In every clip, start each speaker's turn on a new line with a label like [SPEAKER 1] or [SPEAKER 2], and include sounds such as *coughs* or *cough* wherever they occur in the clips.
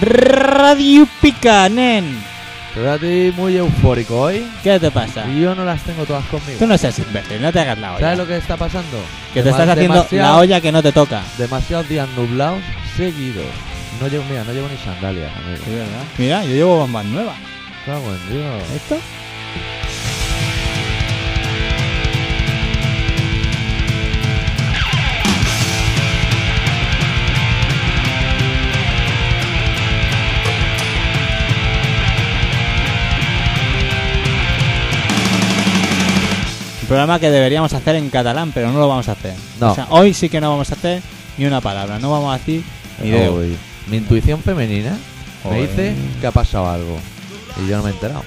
[SPEAKER 1] Radio Pica, nen.
[SPEAKER 2] Pero estoy muy eufórico hoy
[SPEAKER 1] ¿Qué te pasa?
[SPEAKER 2] y yo no las tengo todas conmigo.
[SPEAKER 1] Tú no seas imbécil, no te hagas la olla.
[SPEAKER 2] ¿Sabes lo que está pasando?
[SPEAKER 1] Que te
[SPEAKER 2] Dema-
[SPEAKER 1] estás haciendo la
[SPEAKER 2] demasiado-
[SPEAKER 1] olla que no te toca.
[SPEAKER 2] Demasiados días nublados seguidos. No llevo, mira, no llevo ni sandalias, amigo.
[SPEAKER 1] Mira, yo llevo bombas nuevas.
[SPEAKER 2] Cago en Dios.
[SPEAKER 1] ¿Esto? Un programa que deberíamos hacer en catalán, pero no lo vamos a hacer.
[SPEAKER 2] No.
[SPEAKER 1] O sea, hoy sí que no vamos a hacer ni una palabra. No vamos a decir ni de
[SPEAKER 2] Uy, Mi intuición femenina me
[SPEAKER 1] Joder.
[SPEAKER 2] dice que ha pasado algo. Y yo no me he enterado.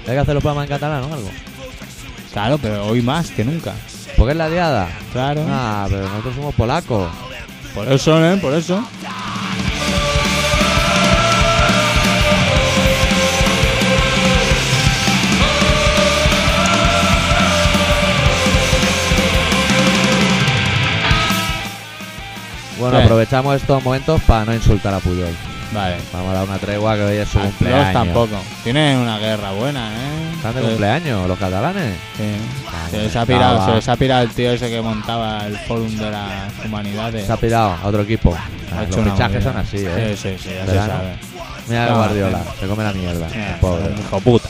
[SPEAKER 2] Hay que hacer los programas en catalán o algo.
[SPEAKER 1] Claro, pero hoy más que nunca.
[SPEAKER 2] Porque es la diada.
[SPEAKER 1] Claro.
[SPEAKER 2] Ah, pero nosotros somos polacos.
[SPEAKER 1] Por eso, ¿eh? Por eso.
[SPEAKER 2] Bueno,
[SPEAKER 1] Sí.
[SPEAKER 2] aprovechamos estos momentos para no insultar a Puyol.
[SPEAKER 1] Vale.
[SPEAKER 2] Vamos a dar una tregua que hoy es su
[SPEAKER 1] Los
[SPEAKER 2] cumpleaños.
[SPEAKER 1] tampoco. Tienen una guerra buena, ¿eh?
[SPEAKER 2] Están de
[SPEAKER 1] Sí,
[SPEAKER 2] cumpleaños los catalanes.
[SPEAKER 1] sí.
[SPEAKER 2] Ah,
[SPEAKER 1] Se les ha
[SPEAKER 2] estaba-
[SPEAKER 1] pirado, se les ha pirado el tío ese que montaba el Fórum de las Humanidades.
[SPEAKER 2] se ha pirado a otro equipo.
[SPEAKER 1] Ha
[SPEAKER 2] Ah,
[SPEAKER 1] hecho
[SPEAKER 2] Los
[SPEAKER 1] una
[SPEAKER 2] fichajes
[SPEAKER 1] movida.
[SPEAKER 2] son así,
[SPEAKER 1] Sí,
[SPEAKER 2] ¿eh?
[SPEAKER 1] sí, sí, ya se
[SPEAKER 2] ¿Verdad,
[SPEAKER 1] sabe.
[SPEAKER 2] Mira el
[SPEAKER 1] No,
[SPEAKER 2] Guardiola, se come la mierda. el pobre.
[SPEAKER 1] Un hijo puta.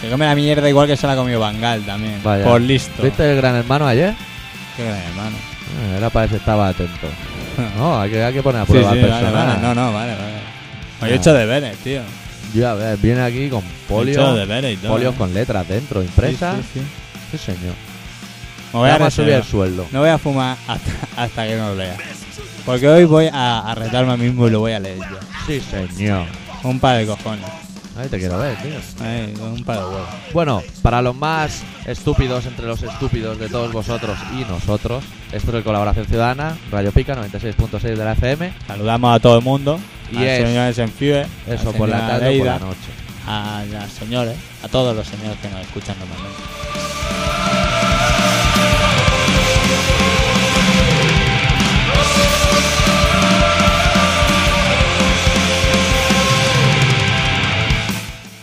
[SPEAKER 1] Se come la mierda igual que se la ha comido Bangal también.
[SPEAKER 2] Vaya.
[SPEAKER 1] Por listo.
[SPEAKER 2] ¿Viste el gran hermano ayer?
[SPEAKER 1] Qué gran hermano.
[SPEAKER 2] Ah, Era para que
[SPEAKER 1] *laughs*
[SPEAKER 2] estaba atento. No, hay que, hay que poner a
[SPEAKER 1] Sí, sí,
[SPEAKER 2] prueba al
[SPEAKER 1] vale,
[SPEAKER 2] personal.
[SPEAKER 1] vale. No, no, vale, vale. Hoy he
[SPEAKER 2] Ah.
[SPEAKER 1] hecho deberes, tío.
[SPEAKER 2] Yo, a ver, viene aquí con
[SPEAKER 1] He hecho
[SPEAKER 2] polio,
[SPEAKER 1] deberes y todo.
[SPEAKER 2] polios con letras dentro, impresas.
[SPEAKER 1] ¿eh? Sí, sí, sí.
[SPEAKER 2] Sí, señor.
[SPEAKER 1] Me voy
[SPEAKER 2] Vamos
[SPEAKER 1] a
[SPEAKER 2] a, subir
[SPEAKER 1] reservar.
[SPEAKER 2] el sueldo.
[SPEAKER 1] No voy a fumar hasta, hasta que no lea. Porque hoy voy a, a retarme a mí mismo y lo voy a leer yo.
[SPEAKER 2] Sí, señor.
[SPEAKER 1] Un par de cojones.
[SPEAKER 2] Ahí te quiero ver, tío.
[SPEAKER 1] Ahí, con un par de huevos.
[SPEAKER 2] Bueno, para los más estúpidos entre los estúpidos de todos vosotros y nosotros, esto es el Colaboración Ciudadana, Radio Pica 96.6 de la FM.
[SPEAKER 1] Saludamos a todo el mundo.
[SPEAKER 2] Y
[SPEAKER 1] a
[SPEAKER 2] es-
[SPEAKER 1] los señores en FIBE.
[SPEAKER 2] Eso por la tarde o por la noche.
[SPEAKER 1] A los señores. A todos los señores que nos escuchan normalmente.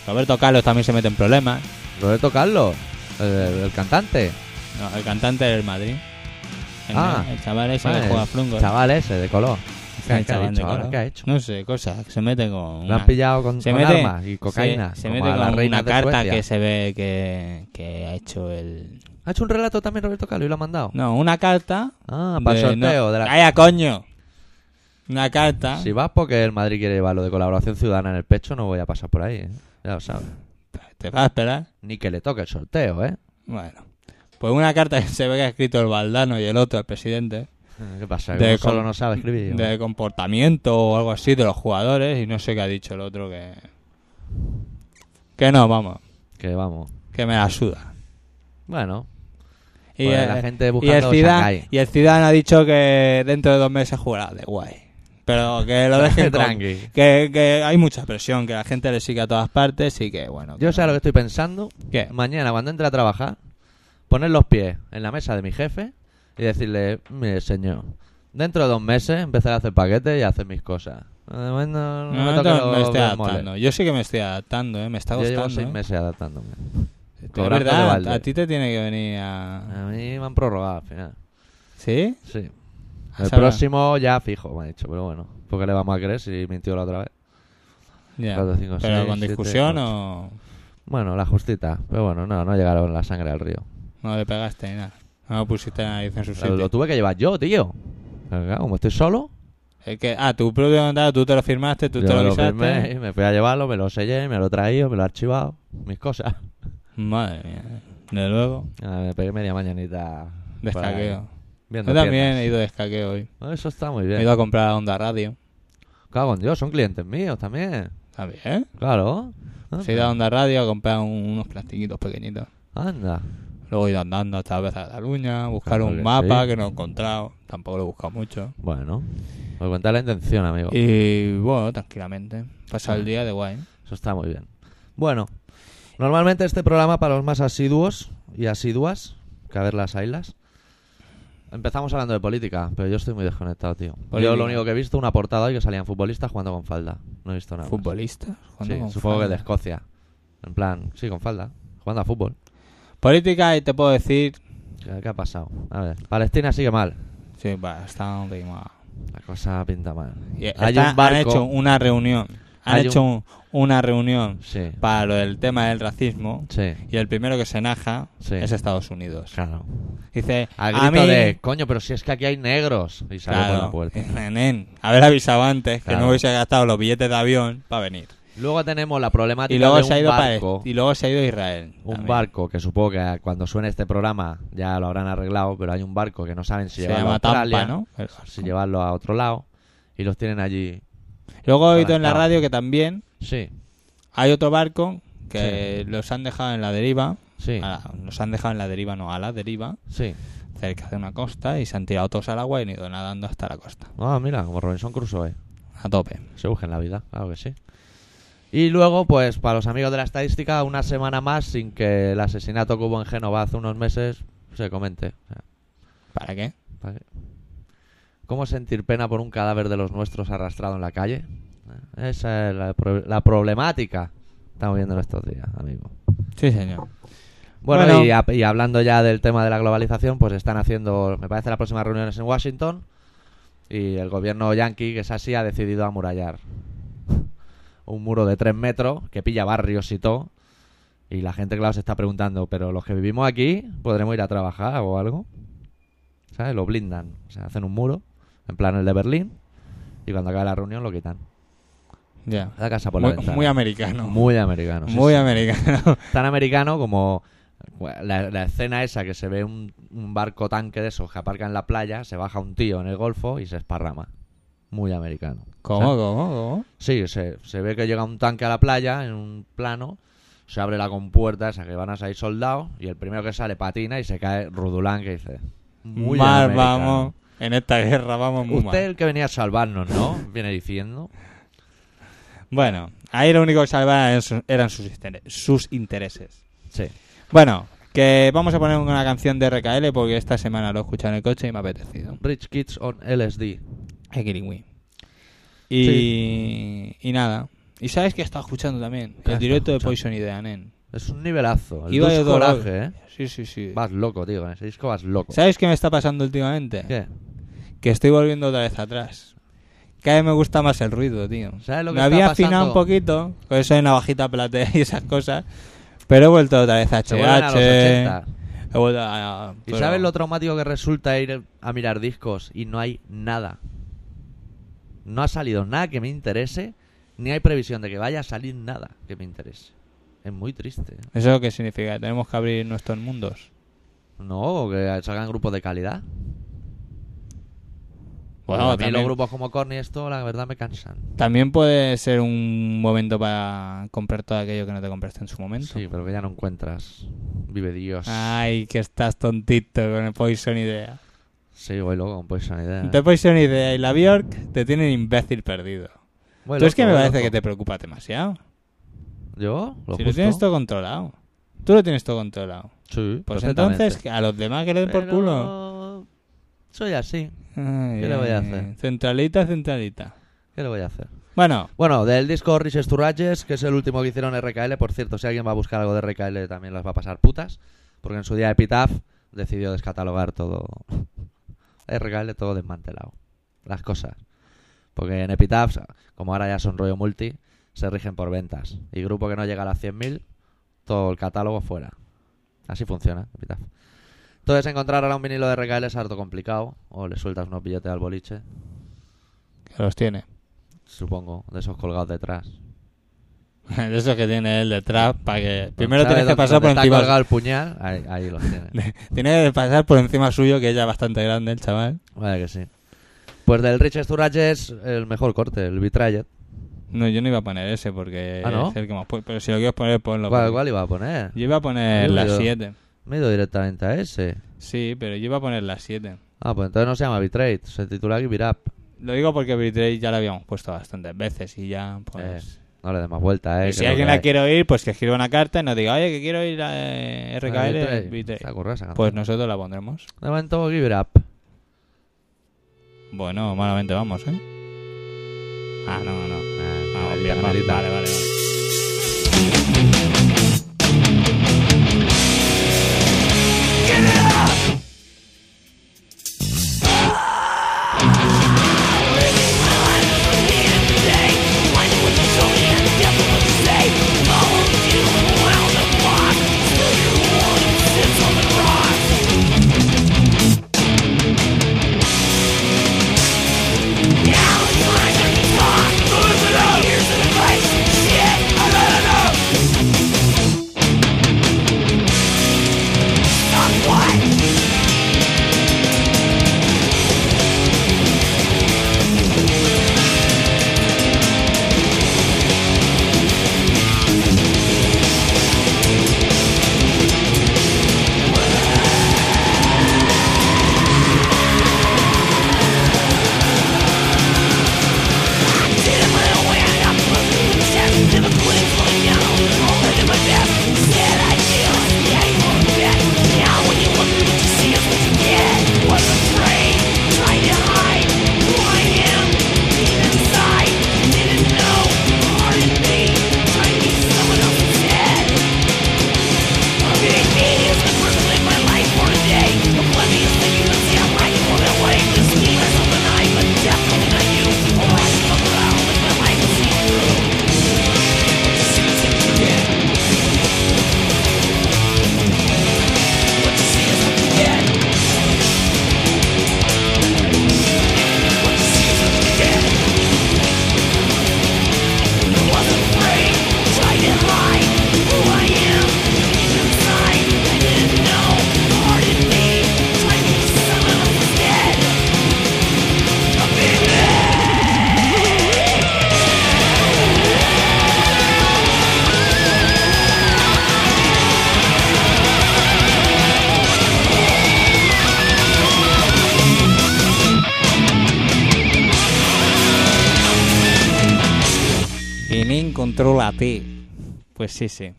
[SPEAKER 1] Roberto Carlos también se mete en problemas.
[SPEAKER 2] Roberto Carlos, el, el cantante.
[SPEAKER 1] No, el cantante del Madrid. El,
[SPEAKER 2] Ah.
[SPEAKER 1] el chaval ese
[SPEAKER 2] Ah,
[SPEAKER 1] que
[SPEAKER 2] el
[SPEAKER 1] juega flungo.
[SPEAKER 2] Chaval ese de color.
[SPEAKER 1] El
[SPEAKER 2] ¿Qué, ha- qué ha
[SPEAKER 1] chaval
[SPEAKER 2] dicho
[SPEAKER 1] de
[SPEAKER 2] ahora?
[SPEAKER 1] color.
[SPEAKER 2] ¿Qué ha hecho?
[SPEAKER 1] No sé, cosas. que Se mete con.
[SPEAKER 2] Lo han
[SPEAKER 1] una-
[SPEAKER 2] pillado con,
[SPEAKER 1] se
[SPEAKER 2] con
[SPEAKER 1] mete-
[SPEAKER 2] armas y cocaína.
[SPEAKER 1] Se, se
[SPEAKER 2] como
[SPEAKER 1] mete
[SPEAKER 2] a la
[SPEAKER 1] con
[SPEAKER 2] reina
[SPEAKER 1] una
[SPEAKER 2] de
[SPEAKER 1] carta
[SPEAKER 2] Suecia.
[SPEAKER 1] que se ve que, que ha hecho el.
[SPEAKER 2] Ha hecho un relato también Roberto Carlos y lo ha mandado.
[SPEAKER 1] No, una carta.
[SPEAKER 2] Ah, para el sorteo
[SPEAKER 1] no-
[SPEAKER 2] de la
[SPEAKER 1] ¡Calla, coño! Una carta.
[SPEAKER 2] Si vas porque el Madrid quiere llevarlo de colaboración ciudadana en el pecho, no voy a pasar por ahí, ¿eh? Ya lo sabes.
[SPEAKER 1] Te vas a esperar.
[SPEAKER 2] Ni que le toque el sorteo, ¿eh?
[SPEAKER 1] Bueno. Pues una carta que se ve que ha escrito el Baldano y el otro, el presidente,
[SPEAKER 2] ¿Qué pasa?
[SPEAKER 1] De
[SPEAKER 2] Que uno
[SPEAKER 1] com-
[SPEAKER 2] solo no sabe escribir.
[SPEAKER 1] de comportamiento o algo así de los jugadores y no sé qué ha dicho el otro que... Que no, vamos,
[SPEAKER 2] Que vamos.
[SPEAKER 1] que me la suda.
[SPEAKER 2] Bueno,
[SPEAKER 1] Y,
[SPEAKER 2] Pues
[SPEAKER 1] el-
[SPEAKER 2] la gente
[SPEAKER 1] y el
[SPEAKER 2] buscando
[SPEAKER 1] Zidane,
[SPEAKER 2] Shanghái.
[SPEAKER 1] y el Zidane ha dicho que dentro de dos meses jugará de guay. Pero que lo
[SPEAKER 2] *laughs*
[SPEAKER 1] dejen con-
[SPEAKER 2] Tranqui.
[SPEAKER 1] Que, que hay mucha presión, que la gente le sigue a todas partes y que, bueno...
[SPEAKER 2] Yo
[SPEAKER 1] que
[SPEAKER 2] sé lo
[SPEAKER 1] no.
[SPEAKER 2] que estoy pensando.
[SPEAKER 1] ¿Qué?
[SPEAKER 2] Eh, Mañana, cuando entre a trabajar, poner los pies en la mesa de mi jefe y decirle: Mire, señor, dentro de dos meses empezaré a hacer paquetes y a hacer mis cosas. De momento no,
[SPEAKER 1] No,
[SPEAKER 2] me toca
[SPEAKER 1] no, me
[SPEAKER 2] los
[SPEAKER 1] estoy
[SPEAKER 2] mole.
[SPEAKER 1] adaptando. Yo sí que me estoy adaptando, ¿eh? Me está
[SPEAKER 2] Yo llevo
[SPEAKER 1] gustando.
[SPEAKER 2] seis
[SPEAKER 1] ¿eh?
[SPEAKER 2] meses adaptándome.
[SPEAKER 1] Es
[SPEAKER 2] Cobrando de Ah.
[SPEAKER 1] verdad,
[SPEAKER 2] balde.
[SPEAKER 1] a ti te tiene que venir a...
[SPEAKER 2] A mí me han prorrogado al final.
[SPEAKER 1] ¿Sí?
[SPEAKER 2] Sí.
[SPEAKER 1] A
[SPEAKER 2] El
[SPEAKER 1] saber.
[SPEAKER 2] próximo ya fijo, me ha dicho, pero bueno. Porque le vamos a creer si mintió la otra vez?
[SPEAKER 1] Ya.
[SPEAKER 2] Cuatro, cinco,
[SPEAKER 1] Pero
[SPEAKER 2] seis,
[SPEAKER 1] con
[SPEAKER 2] siete,
[SPEAKER 1] discusión
[SPEAKER 2] ocho.
[SPEAKER 1] o...
[SPEAKER 2] Bueno, la justita. Pero bueno, no, no llegaron la sangre al río.
[SPEAKER 1] No le pegaste ni nada. No pusiste la nariz en su
[SPEAKER 2] Lo, lo
[SPEAKER 1] sitio.
[SPEAKER 2] tuve que llevar yo, tío. Pero claro, como estoy solo,
[SPEAKER 1] Es que, ah, tu propio contrato, tú te lo firmaste, tú
[SPEAKER 2] yo
[SPEAKER 1] te lo avisaste.
[SPEAKER 2] firmé y me fui a llevarlo, me lo sellé, me lo he traído, me lo he archivado. Mis cosas. *laughs*
[SPEAKER 1] Madre mía. De luego,
[SPEAKER 2] Ah, me pegué media mañanita.
[SPEAKER 1] de
[SPEAKER 2] por ahí,
[SPEAKER 1] escaqueo.
[SPEAKER 2] viendo
[SPEAKER 1] Yo también
[SPEAKER 2] piernas.
[SPEAKER 1] he ido de escaqueo hoy.
[SPEAKER 2] Ah, Eso está muy
[SPEAKER 1] Me he
[SPEAKER 2] bien.
[SPEAKER 1] ido a comprar a Onda Radio.
[SPEAKER 2] Cago en Dios, son clientes míos también.
[SPEAKER 1] ¿También?
[SPEAKER 2] Claro.
[SPEAKER 1] Pues ¿Eh? he ido a Onda Radio a comprar un- unos plastiquitos pequeñitos.
[SPEAKER 2] Anda.
[SPEAKER 1] Luego he ido andando hasta vez a Cataluña, a buscar
[SPEAKER 2] Claro
[SPEAKER 1] un
[SPEAKER 2] que
[SPEAKER 1] mapa
[SPEAKER 2] Ah, sí.
[SPEAKER 1] que no he encontrado. Tampoco lo he buscado mucho.
[SPEAKER 2] Bueno, os contar la intención, amigo.
[SPEAKER 1] Y bueno, tranquilamente. Pasado el día de guay.
[SPEAKER 2] Eso está muy bien. Bueno, Normalmente este programa para los más asiduos y asiduas, que a ver las islas. Empezamos hablando de política, pero yo estoy muy desconectado, tío. Yo
[SPEAKER 1] Política.
[SPEAKER 2] lo único que he visto una portada hoy que salían futbolistas jugando con falda. No he visto nada. más.
[SPEAKER 1] ¿Futbolistas?
[SPEAKER 2] Sí,
[SPEAKER 1] jugando con
[SPEAKER 2] supongo que
[SPEAKER 1] falda.
[SPEAKER 2] de Escocia. En plan, sí, con falda. Jugando a fútbol.
[SPEAKER 1] Política, y te puedo decir.
[SPEAKER 2] ¿Qué, qué ha pasado? A ver, Palestina sigue mal.
[SPEAKER 1] Sí, bastante mal.
[SPEAKER 2] La cosa pinta mal.
[SPEAKER 1] Y
[SPEAKER 2] Hay
[SPEAKER 1] está-
[SPEAKER 2] un barco.
[SPEAKER 1] Han hecho una reunión. Han
[SPEAKER 2] Hay
[SPEAKER 1] hecho un- una reunión
[SPEAKER 2] Sí,
[SPEAKER 1] para lo del tema del racismo.
[SPEAKER 2] sí,
[SPEAKER 1] Y el primero que se naja
[SPEAKER 2] Sí.
[SPEAKER 1] es Estados Unidos.
[SPEAKER 2] claro.
[SPEAKER 1] Dice,
[SPEAKER 2] Al
[SPEAKER 1] a
[SPEAKER 2] grito
[SPEAKER 1] mí...
[SPEAKER 2] de, coño, pero si es que aquí hay negros. Y sale por la
[SPEAKER 1] Claro, Eh.
[SPEAKER 2] puerta.
[SPEAKER 1] Nen, haber avisado antes que
[SPEAKER 2] Claro.
[SPEAKER 1] no hubiese gastado los billetes de avión para venir.
[SPEAKER 2] Luego tenemos la problemática
[SPEAKER 1] Y luego,
[SPEAKER 2] de
[SPEAKER 1] se ha
[SPEAKER 2] un
[SPEAKER 1] ido para,
[SPEAKER 2] barco.
[SPEAKER 1] y luego se ha ido a Israel.
[SPEAKER 2] Un
[SPEAKER 1] también.
[SPEAKER 2] barco que supongo que cuando suene este programa ya lo habrán arreglado, pero hay un barco que no saben si
[SPEAKER 1] Se
[SPEAKER 2] llevarlo a
[SPEAKER 1] llama
[SPEAKER 2] Australia,
[SPEAKER 1] Tampa, ¿no? El barco.
[SPEAKER 2] si llevarlo a otro lado y los tienen allí.
[SPEAKER 1] Luego he oído en la
[SPEAKER 2] Claro.
[SPEAKER 1] radio que también
[SPEAKER 2] Sí,
[SPEAKER 1] hay otro barco que los han dejado en la deriva.
[SPEAKER 2] sí,
[SPEAKER 1] a la- los han dejado en la deriva, no a la deriva,
[SPEAKER 2] sí.
[SPEAKER 1] cerca de una costa y se han tirado todos al agua y han ido nadando hasta la costa.
[SPEAKER 2] Ah, mira, como Robinson Crusoe.
[SPEAKER 1] A tope.
[SPEAKER 2] Se busca en la vida, claro que sí. Y luego, pues, para los amigos de la estadística, una semana más sin que el asesinato que hubo en Génova hace unos meses se comente. O sea,
[SPEAKER 1] ¿Para qué?
[SPEAKER 2] ¿Para qué? ¿Cómo sentir pena por un cadáver de los nuestros arrastrado en la calle? ¿Eh? Esa es la, pro- la problemática. Estamos viendo estos días, amigo.
[SPEAKER 1] Sí, señor.
[SPEAKER 2] Bueno,
[SPEAKER 1] Bueno.
[SPEAKER 2] Y, a- y hablando ya del tema de la globalización, pues están haciendo, me parece, las próximas reuniones en Washington. Y el gobierno yanqui, que es así, ha decidido amurallar un muro de tres metros que pilla barrios y todo. Y la gente, claro, se está preguntando, pero los que vivimos aquí, ¿podremos ir a trabajar o algo? ¿Sabes? Lo blindan. O sea, hacen un muro, en plan el de Berlín. Y cuando acabe la reunión lo quitan.
[SPEAKER 1] Ya.
[SPEAKER 2] La casa por
[SPEAKER 1] Muy,
[SPEAKER 2] la ventana.
[SPEAKER 1] muy americano. Muy,
[SPEAKER 2] Muy americano. sí, sí *laughs*
[SPEAKER 1] americano.
[SPEAKER 2] tan americano como la, la escena esa que se ve un, un barco tanque de esos que aparca en la playa, se baja un tío en el golfo y se esparrama. Muy americano.
[SPEAKER 1] ¿Cómo,
[SPEAKER 2] O sea,
[SPEAKER 1] cómo, cómo?
[SPEAKER 2] Sí, se, se ve que llega un tanque a la playa en un plano, se abre la compuerta esa que van a salir soldados y el primero que sale patina y se cae Rudulán que dice... Muy
[SPEAKER 1] mal
[SPEAKER 2] americano.
[SPEAKER 1] vamos. En esta guerra vamos muy
[SPEAKER 2] Usted es
[SPEAKER 1] mal.
[SPEAKER 2] el que venía a salvarnos, ¿no? Viene diciendo.
[SPEAKER 1] Bueno, ahí lo único que salvaban eran sus- eran sus inter- sus intereses.
[SPEAKER 2] Sí.
[SPEAKER 1] Bueno, que vamos a poner una canción de RKL porque esta semana lo he escuchado en el coche y me ha apetecido.
[SPEAKER 2] Rich Kids on LSD.
[SPEAKER 1] Equilingüí. Y, y nada. ¿Y sabes que he estado escuchando también?
[SPEAKER 2] ¿Qué has
[SPEAKER 1] El directo
[SPEAKER 2] estado
[SPEAKER 1] de Poison y de Anen.
[SPEAKER 2] Es un nivelazo. El
[SPEAKER 1] Iba
[SPEAKER 2] dos
[SPEAKER 1] de dolor.
[SPEAKER 2] coraje, ¿eh?
[SPEAKER 1] Sí, sí, sí.
[SPEAKER 2] Vas loco, tío. En ese disco vas loco.
[SPEAKER 1] ¿Sabes qué me está pasando últimamente?
[SPEAKER 2] ¿Qué?
[SPEAKER 1] Que estoy volviendo otra vez atrás. Cada vez me gusta más el ruido, tío.
[SPEAKER 2] ¿Sabes lo que
[SPEAKER 1] me
[SPEAKER 2] está
[SPEAKER 1] había afinado
[SPEAKER 2] pasando?
[SPEAKER 1] un poquito con eso de navajita platea y esas cosas. Pero he vuelto otra vez a
[SPEAKER 2] Se vuelven a los
[SPEAKER 1] HH.
[SPEAKER 2] 80.
[SPEAKER 1] He vuelto a. a-
[SPEAKER 2] ¿Y
[SPEAKER 1] pero-
[SPEAKER 2] sabes lo traumático que resulta ir a mirar discos y no hay nada? No ha salido nada que me interese, ni hay previsión de que vaya a salir nada que me interese. Es muy triste. ¿eh?
[SPEAKER 1] ¿Eso qué significa? ¿Tenemos que abrir nuestros mundos?
[SPEAKER 2] No, que salgan grupos de calidad.
[SPEAKER 1] Bueno,
[SPEAKER 2] a mí
[SPEAKER 1] también,
[SPEAKER 2] los grupos como Corny esto, la verdad, me cansan.
[SPEAKER 1] también puede ser un momento para comprar todo aquello que no te compraste en su momento. Ah.
[SPEAKER 2] Sí, pues. pero que ya no encuentras. Vive Dios.
[SPEAKER 1] Ay, que estás tontito con el Poison Idea.
[SPEAKER 2] Sí, voy loco con Poison Idea.
[SPEAKER 1] Entre Poison Idea y la Bjork te tienen imbécil perdido.
[SPEAKER 2] Voy
[SPEAKER 1] Tú es
[SPEAKER 2] loco,
[SPEAKER 1] que me
[SPEAKER 2] voy
[SPEAKER 1] parece
[SPEAKER 2] loco.
[SPEAKER 1] que te preocupa demasiado.
[SPEAKER 2] ¿Yo? ¿Lo
[SPEAKER 1] si
[SPEAKER 2] justo?
[SPEAKER 1] lo tienes todo controlado. Tú lo tienes todo controlado.
[SPEAKER 2] Sí,
[SPEAKER 1] Pues
[SPEAKER 2] perfectamente.
[SPEAKER 1] entonces, que a los demás que le den por
[SPEAKER 2] Pero
[SPEAKER 1] culo.
[SPEAKER 2] Soy así.
[SPEAKER 1] Ay,
[SPEAKER 2] ¿qué le voy a
[SPEAKER 1] ay,
[SPEAKER 2] hacer?
[SPEAKER 1] Centralita, centralita.
[SPEAKER 2] ¿Qué le voy a hacer?
[SPEAKER 1] Bueno,
[SPEAKER 2] Bueno, del disco Riches to Rages, que es el último que hicieron RKL, por cierto, si alguien va a buscar algo de RKL también las va a pasar putas, porque en su día Epitaph decidió descatalogar todo *laughs* RKL todo desmantelado, las cosas. Porque en Epitaph, como ahora ya son rollo multi, se rigen por ventas. Y grupo que no llega a las 100.000, todo el catálogo fuera. Así funciona Epitaph. Entonces encontrar ahora un vinilo de RKL es harto complicado, o le sueltas unos billetes al boliche,
[SPEAKER 1] que los tiene. *laughs*
[SPEAKER 2] supongo, de esos colgados detrás.
[SPEAKER 1] De esos que tiene el de trap para que... Primero
[SPEAKER 2] Bueno, Pues ¿sabe
[SPEAKER 1] tienes que
[SPEAKER 2] dónde-
[SPEAKER 1] pasar por
[SPEAKER 2] dónde está
[SPEAKER 1] encima...
[SPEAKER 2] colgado el puñal, ahí, ahí lo tiene.
[SPEAKER 1] *laughs* Tiene que pasar por encima suyo, que es ya bastante grande el chaval.
[SPEAKER 2] Vale que sí. Pues del Rich Sturage es el mejor corte, el Betrayed.
[SPEAKER 1] No, yo no iba a poner ese porque
[SPEAKER 2] ¿Ah, no?
[SPEAKER 1] es el que más pu- Pero si lo quieres poner, ponlo.
[SPEAKER 2] ¿Cuál,
[SPEAKER 1] porque-
[SPEAKER 2] cuál iba a poner?
[SPEAKER 1] Yo iba a poner
[SPEAKER 2] Yo
[SPEAKER 1] la
[SPEAKER 2] digo-
[SPEAKER 1] 7.
[SPEAKER 2] Me he ido directamente a ese.
[SPEAKER 1] Sí, pero yo iba a poner la 7.
[SPEAKER 2] Ah, pues entonces no se llama Betrayed, se titula Give It Up.
[SPEAKER 1] Lo digo porque Betrayed ya la habíamos puesto bastantes veces y ya, pues.
[SPEAKER 2] No le dé más vuelta, ¿eh?
[SPEAKER 1] Y si
[SPEAKER 2] que lo
[SPEAKER 1] alguien
[SPEAKER 2] que
[SPEAKER 1] la
[SPEAKER 2] hay.
[SPEAKER 1] quiere oír, pues que escriba una carta y nos diga, oye, que quiero ir a eh,
[SPEAKER 2] Ah,
[SPEAKER 1] RKL.
[SPEAKER 2] B3.
[SPEAKER 1] B3".
[SPEAKER 2] Está currada esa
[SPEAKER 1] Pues Ah,
[SPEAKER 2] canción.
[SPEAKER 1] nosotros la pondremos.
[SPEAKER 2] De momento, give it up. Ah,
[SPEAKER 1] Bueno, malamente vamos, ¿eh? Ah, no, no. Vamos bien,
[SPEAKER 2] Canelita,
[SPEAKER 1] vale,
[SPEAKER 2] canelita.
[SPEAKER 1] vale, vale. Inin controla a ti. Pues sí, sí.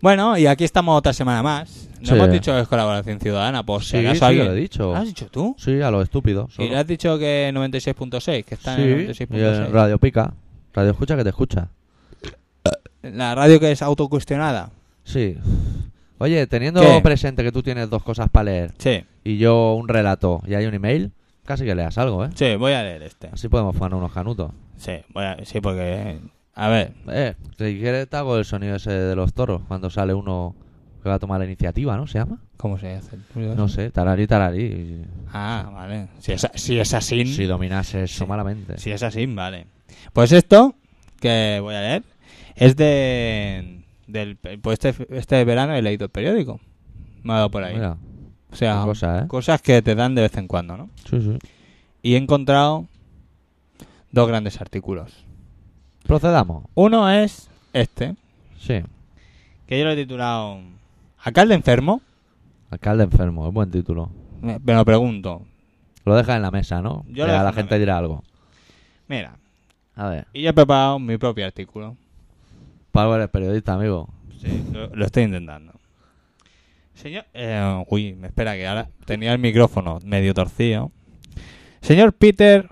[SPEAKER 1] Bueno, y aquí estamos otra semana más. No
[SPEAKER 2] Sí.
[SPEAKER 1] hemos dicho que es colaboración ciudadana, por si
[SPEAKER 2] Sí,
[SPEAKER 1] acaso
[SPEAKER 2] sí,
[SPEAKER 1] alguien-
[SPEAKER 2] lo he dicho.
[SPEAKER 1] ¿Lo has dicho tú?
[SPEAKER 2] Sí, a lo
[SPEAKER 1] Ah,
[SPEAKER 2] estúpido.
[SPEAKER 1] Y
[SPEAKER 2] solo.
[SPEAKER 1] le has dicho que 96.6, que está
[SPEAKER 2] Sí,
[SPEAKER 1] en el
[SPEAKER 2] y en
[SPEAKER 1] 96.6.
[SPEAKER 2] Radio Pica. Radio Escucha que te escucha.
[SPEAKER 1] La radio que es autocuestionada.
[SPEAKER 2] Sí. Oye, teniendo
[SPEAKER 1] ¿Qué?
[SPEAKER 2] presente que tú tienes dos cosas para leer
[SPEAKER 1] Sí,
[SPEAKER 2] y yo un relato y hay un email, casi que leas algo, ¿eh?
[SPEAKER 1] sí, voy a leer este.
[SPEAKER 2] Así podemos fumar unos canutos.
[SPEAKER 1] Sí, voy a- sí, porque... A ver,
[SPEAKER 2] Eh, si quieres te hago el sonido ese de los toros cuando sale uno que va a tomar la iniciativa, ¿no? ¿Se llama?
[SPEAKER 1] ¿cómo se hace?
[SPEAKER 2] No sé, tararí, tararí.
[SPEAKER 1] Ah, vale. Si es, a- si es así...
[SPEAKER 2] Si dominase eso
[SPEAKER 1] Sí.
[SPEAKER 2] malamente.
[SPEAKER 1] Si es así, vale. Pues esto que voy a leer es de. Del, pues este, este verano he leído el periódico. Me ha dado por ahí.
[SPEAKER 2] Mira,
[SPEAKER 1] o sea,
[SPEAKER 2] qué cosa, ¿eh?
[SPEAKER 1] cosas que te dan de vez en cuando, ¿no?
[SPEAKER 2] sí, sí.
[SPEAKER 1] Y he encontrado dos grandes artículos.
[SPEAKER 2] Procedamos.
[SPEAKER 1] Uno es este,
[SPEAKER 2] Sí.
[SPEAKER 1] que yo lo he titulado Alcalde enfermo.
[SPEAKER 2] Alcalde enfermo, es buen título.
[SPEAKER 1] Me, me lo pregunto.
[SPEAKER 2] Lo dejas en la mesa, ¿no?
[SPEAKER 1] Yo lo dejo
[SPEAKER 2] ya
[SPEAKER 1] en
[SPEAKER 2] la
[SPEAKER 1] la
[SPEAKER 2] gente
[SPEAKER 1] mesa.
[SPEAKER 2] dirá algo.
[SPEAKER 1] Mira,
[SPEAKER 2] A ver,
[SPEAKER 1] y yo he preparado mi propio artículo.
[SPEAKER 2] Pablo eres periodista, amigo.
[SPEAKER 1] Sí, lo, lo estoy intentando. Señor. eh, uy, me espera que ahora tenía el micrófono medio torcido. Señor Peter.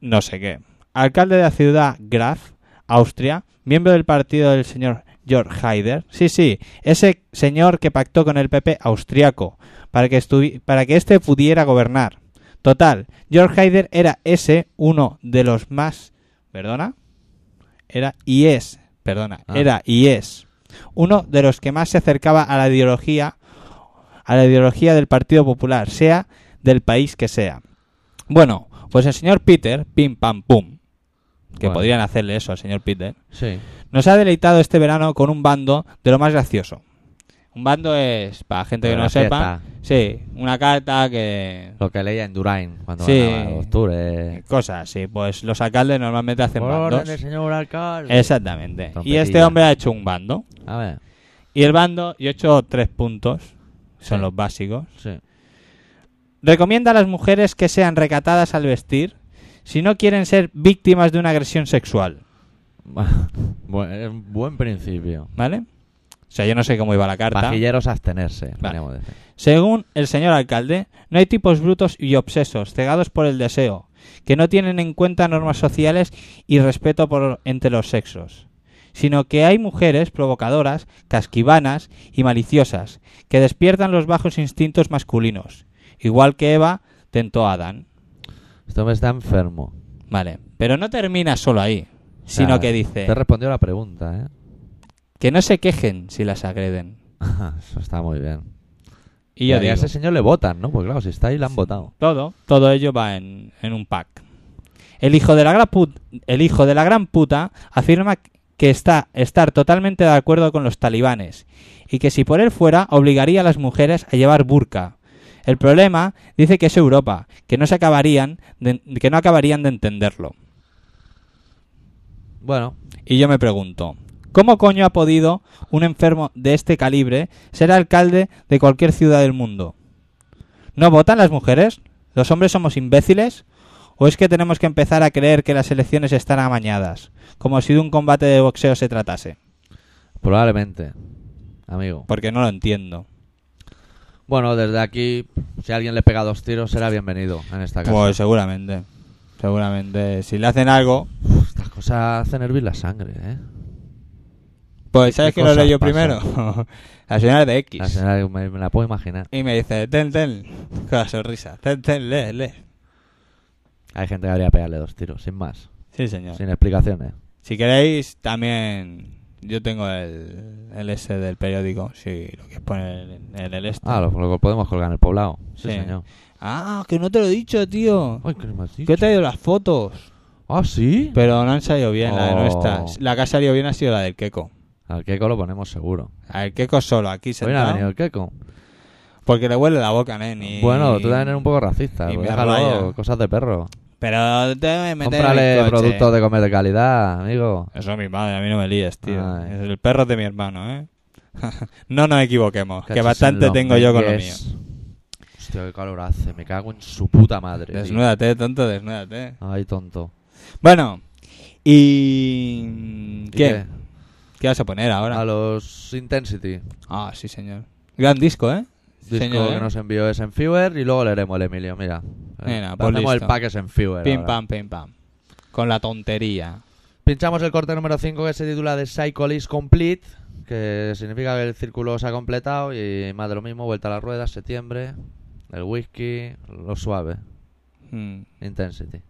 [SPEAKER 1] No sé qué. Alcalde de la ciudad Graf, Austria. Miembro del partido del señor Georg Haider. Sí, sí, ese señor que pactó con el PP austriaco para que, estuvi- para que este pudiera gobernar. Total, Georg Haider era ese uno de los más. ¿Perdona? Era y es. Perdona,
[SPEAKER 2] Ah.
[SPEAKER 1] era y es uno de los que más se acercaba a la ideología a la ideología del Partido Popular, sea del país que sea. Bueno, pues el señor Peter, pim pam pum, que
[SPEAKER 2] Bueno.
[SPEAKER 1] podrían hacerle eso al señor Peter,
[SPEAKER 2] Sí.
[SPEAKER 1] nos ha deleitado este verano con un bando de lo más gracioso. Un bando es, para gente que
[SPEAKER 2] Pero
[SPEAKER 1] no
[SPEAKER 2] la
[SPEAKER 1] lo sepa,
[SPEAKER 2] fiesta,
[SPEAKER 1] sí, una carta que...
[SPEAKER 2] Lo que leía en Durain cuando
[SPEAKER 1] Sí.
[SPEAKER 2] ganaba los tours. eh.
[SPEAKER 1] Cosas, sí, pues los alcaldes normalmente hacen
[SPEAKER 2] Por orden
[SPEAKER 1] bandos.
[SPEAKER 2] del señor alcalde.
[SPEAKER 1] Exactamente. Y
[SPEAKER 2] Trompetilla.
[SPEAKER 1] este hombre ha hecho un bando.
[SPEAKER 2] A ver,
[SPEAKER 1] Y el bando, yo he hecho tres puntos, son
[SPEAKER 2] Sí.
[SPEAKER 1] los básicos.
[SPEAKER 2] sí.
[SPEAKER 1] Recomienda a las mujeres que sean recatadas al vestir si no quieren ser víctimas de una agresión sexual.
[SPEAKER 2] Bueno, es un *laughs* buen principio.
[SPEAKER 1] ¿Vale? O sea, yo no sé cómo iba la carta.
[SPEAKER 2] Pajilleros abstenerse,
[SPEAKER 1] Vale.
[SPEAKER 2] podríamos decir.
[SPEAKER 1] Según el señor alcalde, no hay tipos brutos y obsesos, cegados por el deseo, que no tienen en cuenta normas sociales y respeto por, entre los sexos, sino que hay mujeres provocadoras, casquivanas y maliciosas, que despiertan los bajos instintos masculinos, igual que Eva tentó a Adán.
[SPEAKER 2] Esto me está enfermo.
[SPEAKER 1] Vale, pero no termina solo ahí, sino
[SPEAKER 2] Claro,
[SPEAKER 1] que dice
[SPEAKER 2] Te respondió la pregunta, ¿eh? *laughs*
[SPEAKER 1] que no se quejen si las agreden.
[SPEAKER 2] Eso está muy bien.
[SPEAKER 1] Y yo
[SPEAKER 2] Y a
[SPEAKER 1] digo,
[SPEAKER 2] ese señor le votan, ¿no? Pues claro, si está ahí, le han votado.
[SPEAKER 1] Todo, todo ello va en, en un pack. El hijo de la gran puta, el hijo de la gran puta afirma que está estar totalmente de acuerdo con los talibanes y que si por él fuera obligaría a las mujeres a llevar burka. El problema dice que es Europa, que no se acabarían de- que no acabarían de entenderlo.
[SPEAKER 2] Bueno,
[SPEAKER 1] Y yo me pregunto, ¿cómo coño ha podido un enfermo de este calibre ser alcalde de cualquier ciudad del mundo? ¿No votan las mujeres? ¿Los hombres somos imbéciles? ¿O es que tenemos que empezar a creer que las elecciones están amañadas, como si de un combate de boxeo se tratase?
[SPEAKER 2] probablemente, amigo.
[SPEAKER 1] Porque no lo entiendo.
[SPEAKER 2] Bueno, desde aquí, si alguien le pega dos tiros, será bienvenido en esta casa.
[SPEAKER 1] Pues seguramente. Seguramente. Si le hacen algo...
[SPEAKER 2] Estas cosas hacen hervir la sangre, ¿eh?
[SPEAKER 1] Pues ¿sabes
[SPEAKER 2] ¿Qué
[SPEAKER 1] que lo
[SPEAKER 2] cosas
[SPEAKER 1] leí yo
[SPEAKER 2] pasan?
[SPEAKER 1] primero? *laughs* la señora de X.
[SPEAKER 2] La señora, me, me la puedo imaginar.
[SPEAKER 1] Y me dice, ten, ten, *laughs* con la sonrisa. Ten, ten, le, le.
[SPEAKER 2] Hay gente que debería pegarle dos tiros, sin más.
[SPEAKER 1] Sí, señor.
[SPEAKER 2] Sin explicaciones.
[SPEAKER 1] Si queréis, también yo tengo el, el S del periódico, si lo que es poner en en el este.
[SPEAKER 2] Ah, lo, lo podemos colgar en el poblado. Sí,
[SPEAKER 1] Sí.
[SPEAKER 2] señor.
[SPEAKER 1] Ah, que no te lo he dicho, tío.
[SPEAKER 2] Ay, ¿qué me has
[SPEAKER 1] Que he
[SPEAKER 2] dicho?
[SPEAKER 1] traído las fotos.
[SPEAKER 2] Ah, ¿sí?
[SPEAKER 1] Pero no han salido bien, la de
[SPEAKER 2] Oh.
[SPEAKER 1] nuestra. La que ha salido bien ha sido la del Keko.
[SPEAKER 2] Al Keiko lo ponemos seguro.
[SPEAKER 1] El Keko solo, aquí
[SPEAKER 2] Hoy no ha
[SPEAKER 1] sentado.
[SPEAKER 2] venido el Keiko.
[SPEAKER 1] porque le huele la boca, nen. y-
[SPEAKER 2] Bueno, tú también eres un poco racista.
[SPEAKER 1] y
[SPEAKER 2] pues
[SPEAKER 1] me
[SPEAKER 2] déjalo,
[SPEAKER 1] raya.
[SPEAKER 2] cosas de perro.
[SPEAKER 1] Pero te voy a meter en el
[SPEAKER 2] Cómprale
[SPEAKER 1] coche.
[SPEAKER 2] productos de comer de calidad, amigo.
[SPEAKER 1] Eso es mi madre, a mí no me líes, tío.
[SPEAKER 2] Ay.
[SPEAKER 1] Es el perro de mi hermano, ¿eh? *laughs* no nos equivoquemos, que
[SPEAKER 2] Cachis en
[SPEAKER 1] bastante
[SPEAKER 2] los
[SPEAKER 1] tengo yo con lo mío.
[SPEAKER 2] meques. Hostia, qué calor hace. Me cago en su puta madre. tío.
[SPEAKER 1] Desnúdate, tonto, desnúdate.
[SPEAKER 2] Ay, tonto.
[SPEAKER 1] Bueno, y...
[SPEAKER 2] ¿Y
[SPEAKER 1] ¿Qué? ¿Qué vas a poner ahora?
[SPEAKER 2] A los Intensity.
[SPEAKER 1] Ah, sí, señor. Gran disco, ¿eh?
[SPEAKER 2] Disco
[SPEAKER 1] Señor, ¿eh?
[SPEAKER 2] que nos envió es en Fever y luego leeremos el Emilio, mira.
[SPEAKER 1] Mira, pues
[SPEAKER 2] Ponemos el
[SPEAKER 1] listo.
[SPEAKER 2] pack es en Fever.
[SPEAKER 1] Pim,
[SPEAKER 2] ahora.
[SPEAKER 1] pam, pim, pam. Con la tontería.
[SPEAKER 2] Pinchamos el corte número 5 que se titula The Cycle is Complete, que significa que el círculo se ha completado y más de lo mismo, vuelta a la rueda, septiembre, el whisky, lo suave,
[SPEAKER 1] Mm.
[SPEAKER 2] Intensity.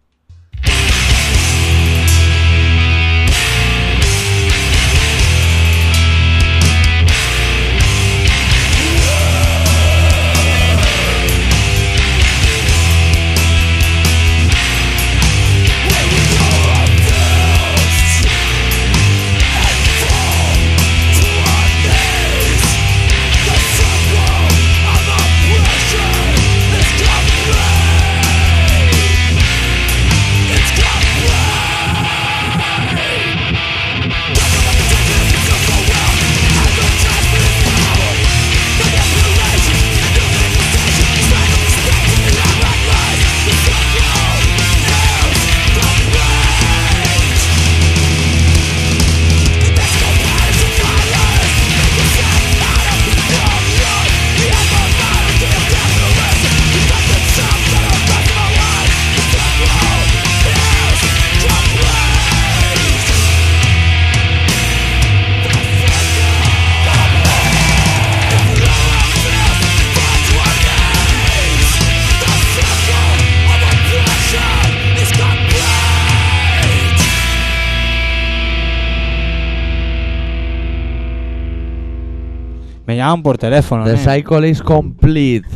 [SPEAKER 1] Me llaman por teléfono,
[SPEAKER 2] The
[SPEAKER 1] ¿eh?
[SPEAKER 2] Cycle is Complete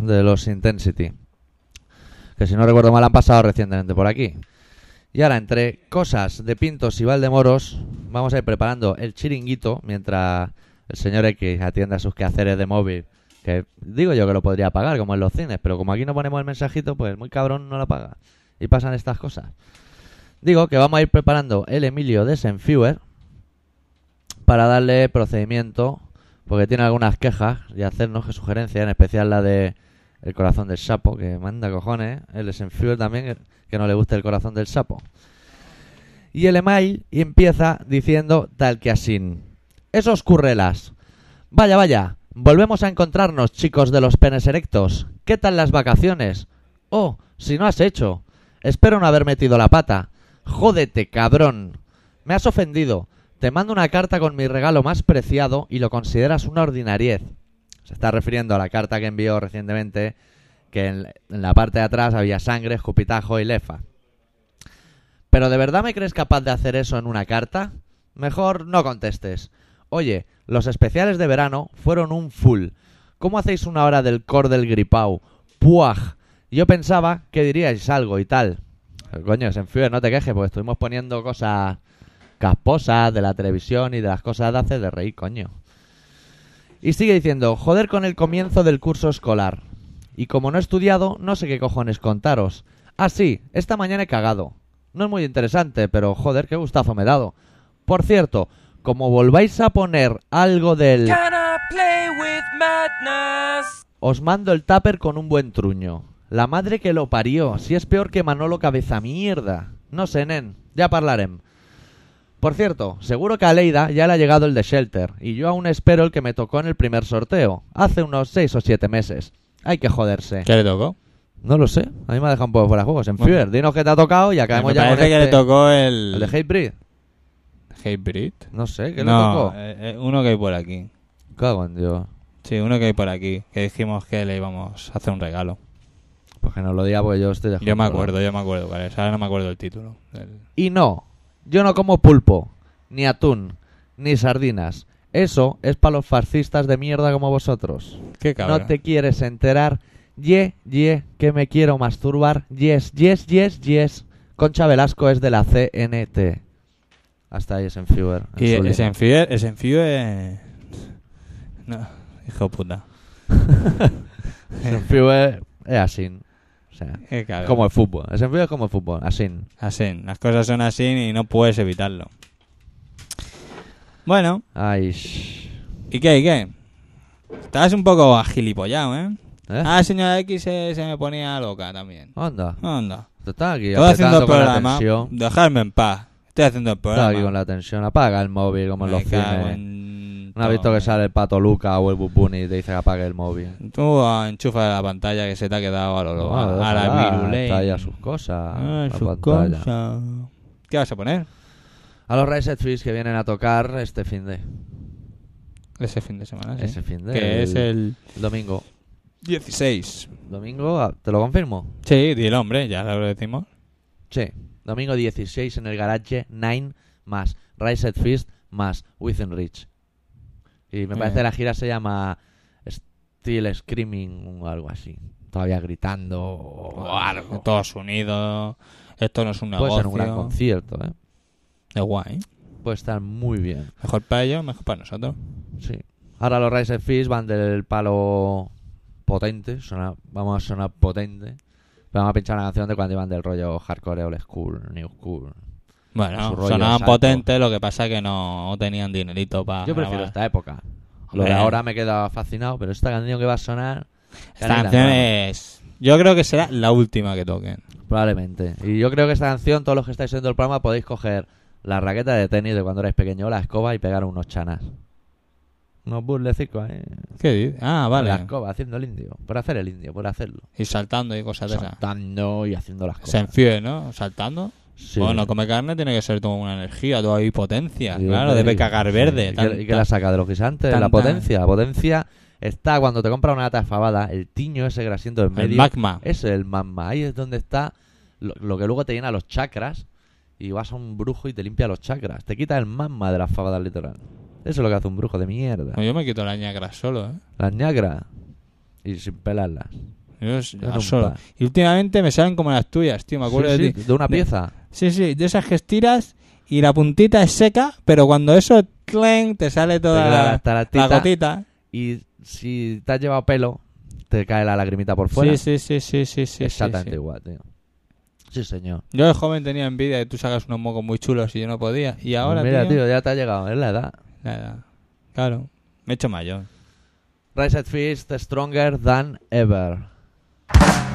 [SPEAKER 2] de los Intensity. Que si no recuerdo mal han pasado recientemente por aquí. Y ahora, entre cosas de Pintos y Valdemoros, vamos a ir preparando el chiringuito mientras el señor X atiende a sus quehaceres de móvil. Que digo yo que lo podría pagar, como en los cines, pero como aquí no ponemos el mensajito, pues muy cabrón no lo paga. Y pasan estas cosas. Digo que vamos a ir preparando el Emilio de Senfewer para darle procedimiento, porque tiene algunas quejas y hacernos sugerencias, en especial la de el corazón del sapo, eh, que manda cojones, el Senfewer también, que no le gusta el corazón del sapo. Y el email empieza diciendo tal que así. Esos currelas. Vaya, vaya. Volvemos a encontrarnos, chicos de los penes erectos. ¿Qué tal las vacaciones? Oh, si no has hecho. Espero no haber metido la pata. Jódete, cabrón. Me has ofendido. Te mando una carta con mi regalo más preciado y lo consideras una ordinariez. Se está refiriendo a la carta que envió recientemente, que en, en la parte de atrás había sangre, escupitajo y lefa. ¿Pero de verdad me crees capaz de hacer eso en una carta? Mejor no contestes. Oye, los especiales de verano fueron un full. ¿Cómo hacéis una hora del core del gripau? ¡Puaj! Yo pensaba que diríais algo y tal. Pero, Coño, Senfuer, no te quejes, porque estuvimos poniendo cosas casposas de la televisión y de las cosas de hace de reír, coño. Y sigue diciendo, joder con el comienzo del curso escolar. Y como no he estudiado, no sé qué cojones contaros. Ah, sí, esta mañana he cagado. No es muy interesante, pero joder, qué gustazo me he dado. Por cierto, como volváis a poner algo del...
[SPEAKER 3] Can I play with madness?
[SPEAKER 2] Os mando el tupper con un buen truño. La madre que lo parió, si es peor que Manolo Cabeza Mierda. No sé, nen, ya parlarem. Por cierto, seguro que a Leida ya le ha llegado el de Shelter, y yo aún espero el que me tocó en el primer sorteo, hace unos 6 o 7 meses. Hay que joderse.
[SPEAKER 1] ¿Qué le tocó?
[SPEAKER 2] No lo sé, a mí me ha dejado un poco fuera de juegos. En
[SPEAKER 1] Bueno.
[SPEAKER 2] Fever, dinos qué te ha tocado y acabemos
[SPEAKER 1] Me
[SPEAKER 2] ya con
[SPEAKER 1] parece que
[SPEAKER 2] este.
[SPEAKER 1] le tocó el...
[SPEAKER 2] El de Hatebreed.
[SPEAKER 1] Hatebreed.
[SPEAKER 2] No sé, ¿qué le
[SPEAKER 1] No,
[SPEAKER 2] tocó?
[SPEAKER 1] eh, eh, uno que hay por aquí.
[SPEAKER 2] Cago en Dios.
[SPEAKER 1] Sí, uno que hay por aquí, que dijimos que le íbamos a hacer un regalo.
[SPEAKER 2] Pues que nos lo diga porque yo estoy dejando.
[SPEAKER 1] Yo me acuerdo, yo me acuerdo cuál es. Ahora no me acuerdo el título. El-
[SPEAKER 2] Y no, yo no como pulpo, ni atún, ni sardinas. Eso es para los fascistas de mierda como vosotros.
[SPEAKER 1] Qué cabrón.
[SPEAKER 2] No te quieres enterar. Ye, ye, que me quiero masturbar. Yes, yes, yes, yes. Concha Velasco es de la CNT. Hasta ahí es en Fever. en
[SPEAKER 1] Y
[SPEAKER 2] su
[SPEAKER 1] es
[SPEAKER 2] línea.
[SPEAKER 1] en Fier, es en Fier- No, hijo puta.
[SPEAKER 2] Es en Fever es así. O sea,
[SPEAKER 1] Qué cabrón.
[SPEAKER 2] como el fútbol. Es en Fever es como el fútbol, así.
[SPEAKER 1] Así, las cosas son así y no puedes evitarlo. Bueno,
[SPEAKER 2] Ay, shh.
[SPEAKER 1] ¿y qué? ¿Y qué? Estabas un poco agilipollado, ¿eh?
[SPEAKER 2] ¿Eh?
[SPEAKER 1] Ah, señora X se, se me ponía loca también.
[SPEAKER 2] Anda.
[SPEAKER 1] Anda.
[SPEAKER 2] Te estás aquí
[SPEAKER 1] Estoy haciendo el
[SPEAKER 2] apretando con la
[SPEAKER 1] programa.
[SPEAKER 2] tensión.
[SPEAKER 1] Dejarme en paz. Estoy haciendo el
[SPEAKER 2] Estaba aquí con
[SPEAKER 1] programa.
[SPEAKER 2] la tensión. Apaga el móvil como en los
[SPEAKER 1] Me cago
[SPEAKER 2] filmes. eh.
[SPEAKER 1] en
[SPEAKER 2] No has visto
[SPEAKER 1] todo. eh.
[SPEAKER 2] que sale el pato Luca o el Bubuni y te dice que apague el móvil.
[SPEAKER 1] Tú ah, enchufa la pantalla que se te ha quedado a lo lo-
[SPEAKER 2] No,
[SPEAKER 1] a, a la
[SPEAKER 2] déjala,
[SPEAKER 1] virulé.
[SPEAKER 2] está ahí a sus cosas.
[SPEAKER 1] Ah,
[SPEAKER 2] la
[SPEAKER 1] sus
[SPEAKER 2] pantalla.
[SPEAKER 1] cosas. ¿Qué vas a poner
[SPEAKER 2] A los Rise Fish que vienen a tocar este fin de.
[SPEAKER 1] ese fin de semana? sí.
[SPEAKER 2] Ese fin de.
[SPEAKER 1] Que es el
[SPEAKER 2] el Domingo.
[SPEAKER 1] 16.
[SPEAKER 2] Domingo, ah, ¿te lo confirmo?
[SPEAKER 1] Sí, dilo, hombre, ya lo decimos.
[SPEAKER 2] Sí. Domingo 16 en el garage 9 más Rise at Fist más Within Reach. Y me
[SPEAKER 1] Muy
[SPEAKER 2] parece
[SPEAKER 1] bien.
[SPEAKER 2] la gira se llama Still Screaming o algo así. Todavía gritando o algo.
[SPEAKER 1] Todos unidos. Esto no es un
[SPEAKER 2] Oh. Puede ser
[SPEAKER 1] negocio.
[SPEAKER 2] un gran concierto, ¿eh?
[SPEAKER 1] Es guay.
[SPEAKER 2] Puede estar muy bien.
[SPEAKER 1] Mejor para ellos, mejor para nosotros.
[SPEAKER 2] Sí. Ahora los Rise Fist van del palo potente. Suena, vamos a sonar potente. Pero vamos a pinchar una canción de cuando iban del rollo hardcore, old school, new school. A su
[SPEAKER 1] Bueno,
[SPEAKER 2] rollo,
[SPEAKER 1] sonaban
[SPEAKER 2] exacto.
[SPEAKER 1] potentes, lo que pasa que no tenían dinerito para.
[SPEAKER 2] Yo prefiero esta época. Lo
[SPEAKER 1] Hombre.
[SPEAKER 2] de ahora me he quedado fascinado, pero esta canción que va a sonar.
[SPEAKER 1] Esta
[SPEAKER 2] Canela,
[SPEAKER 1] canción
[SPEAKER 2] ¿no?
[SPEAKER 1] es. Yo creo que será la última que toquen.
[SPEAKER 2] Probablemente. Y yo creo que esta canción, todos los que estáis viendo el programa, podéis coger la raqueta de tenis de cuando erais pequeño, la escoba y pegar unos chanas. Unos burlecicos, ¿eh?
[SPEAKER 1] ¿Qué dices? Ah,
[SPEAKER 2] Con La
[SPEAKER 1] vale.
[SPEAKER 2] escoba, haciendo el indio. Por hacer el indio, por hacerlo.
[SPEAKER 1] Y saltando y cosas de esas.
[SPEAKER 2] Saltando y haciendo las cosas.
[SPEAKER 1] Se enfíe, ¿no? Saltando.
[SPEAKER 2] Sí.
[SPEAKER 1] Bueno, come carne tiene que ser toda una energía, toda ahí potencia.
[SPEAKER 2] Sí,
[SPEAKER 1] claro,
[SPEAKER 2] hombre,
[SPEAKER 1] debe
[SPEAKER 2] y-
[SPEAKER 1] cagar
[SPEAKER 2] sí.
[SPEAKER 1] verde.
[SPEAKER 2] ¿Y,
[SPEAKER 1] tanta-
[SPEAKER 2] qué, y qué la saca de los guisantes?
[SPEAKER 1] tanta-
[SPEAKER 2] La potencia. La potencia está cuando te compra una lata de fabada, el tiño ese grasiento en
[SPEAKER 1] el
[SPEAKER 2] medio.
[SPEAKER 1] magma.
[SPEAKER 2] Eso es el magma. Ahí es donde está lo, lo que luego te llena los chakras. Y vas a un brujo y te limpia los chakras. Te quita el magma de las fabadas literal. Eso es lo que hace un brujo de mierda.
[SPEAKER 1] No, yo me quito la ñagra solo, ¿eh?
[SPEAKER 2] Las ñagras. Y sin pelarlas.
[SPEAKER 1] Yo s-
[SPEAKER 2] Era un
[SPEAKER 1] solo.
[SPEAKER 2] pa.
[SPEAKER 1] Y últimamente me salen como las tuyas, tío. Me acuerdo
[SPEAKER 2] Sí,
[SPEAKER 1] de
[SPEAKER 2] sí,
[SPEAKER 1] ti.
[SPEAKER 2] una pieza.
[SPEAKER 1] Sí, sí, de esas que estiras y la puntita es seca, pero cuando eso clen, te sale toda
[SPEAKER 2] Te queda
[SPEAKER 1] la,
[SPEAKER 2] hasta la
[SPEAKER 1] la
[SPEAKER 2] tita.
[SPEAKER 1] gotita.
[SPEAKER 2] Y si te has llevado pelo, te cae la lagrimita por fuera.
[SPEAKER 1] Sí, sí, sí, sí, sí, sí.
[SPEAKER 2] Exactamente
[SPEAKER 1] sí,
[SPEAKER 2] igual, tío. Sí, señor.
[SPEAKER 1] sí. Yo de joven tenía envidia de que tú sacas unos mocos muy chulos y yo no podía. Y ahora,
[SPEAKER 2] Pues Mira,
[SPEAKER 1] tío,
[SPEAKER 2] tío, ya te ha llegado, es la edad.
[SPEAKER 1] nada. Claro, me he hecho mayor.
[SPEAKER 2] Rise at Fist, Stronger Than Ever.
[SPEAKER 4] Stronger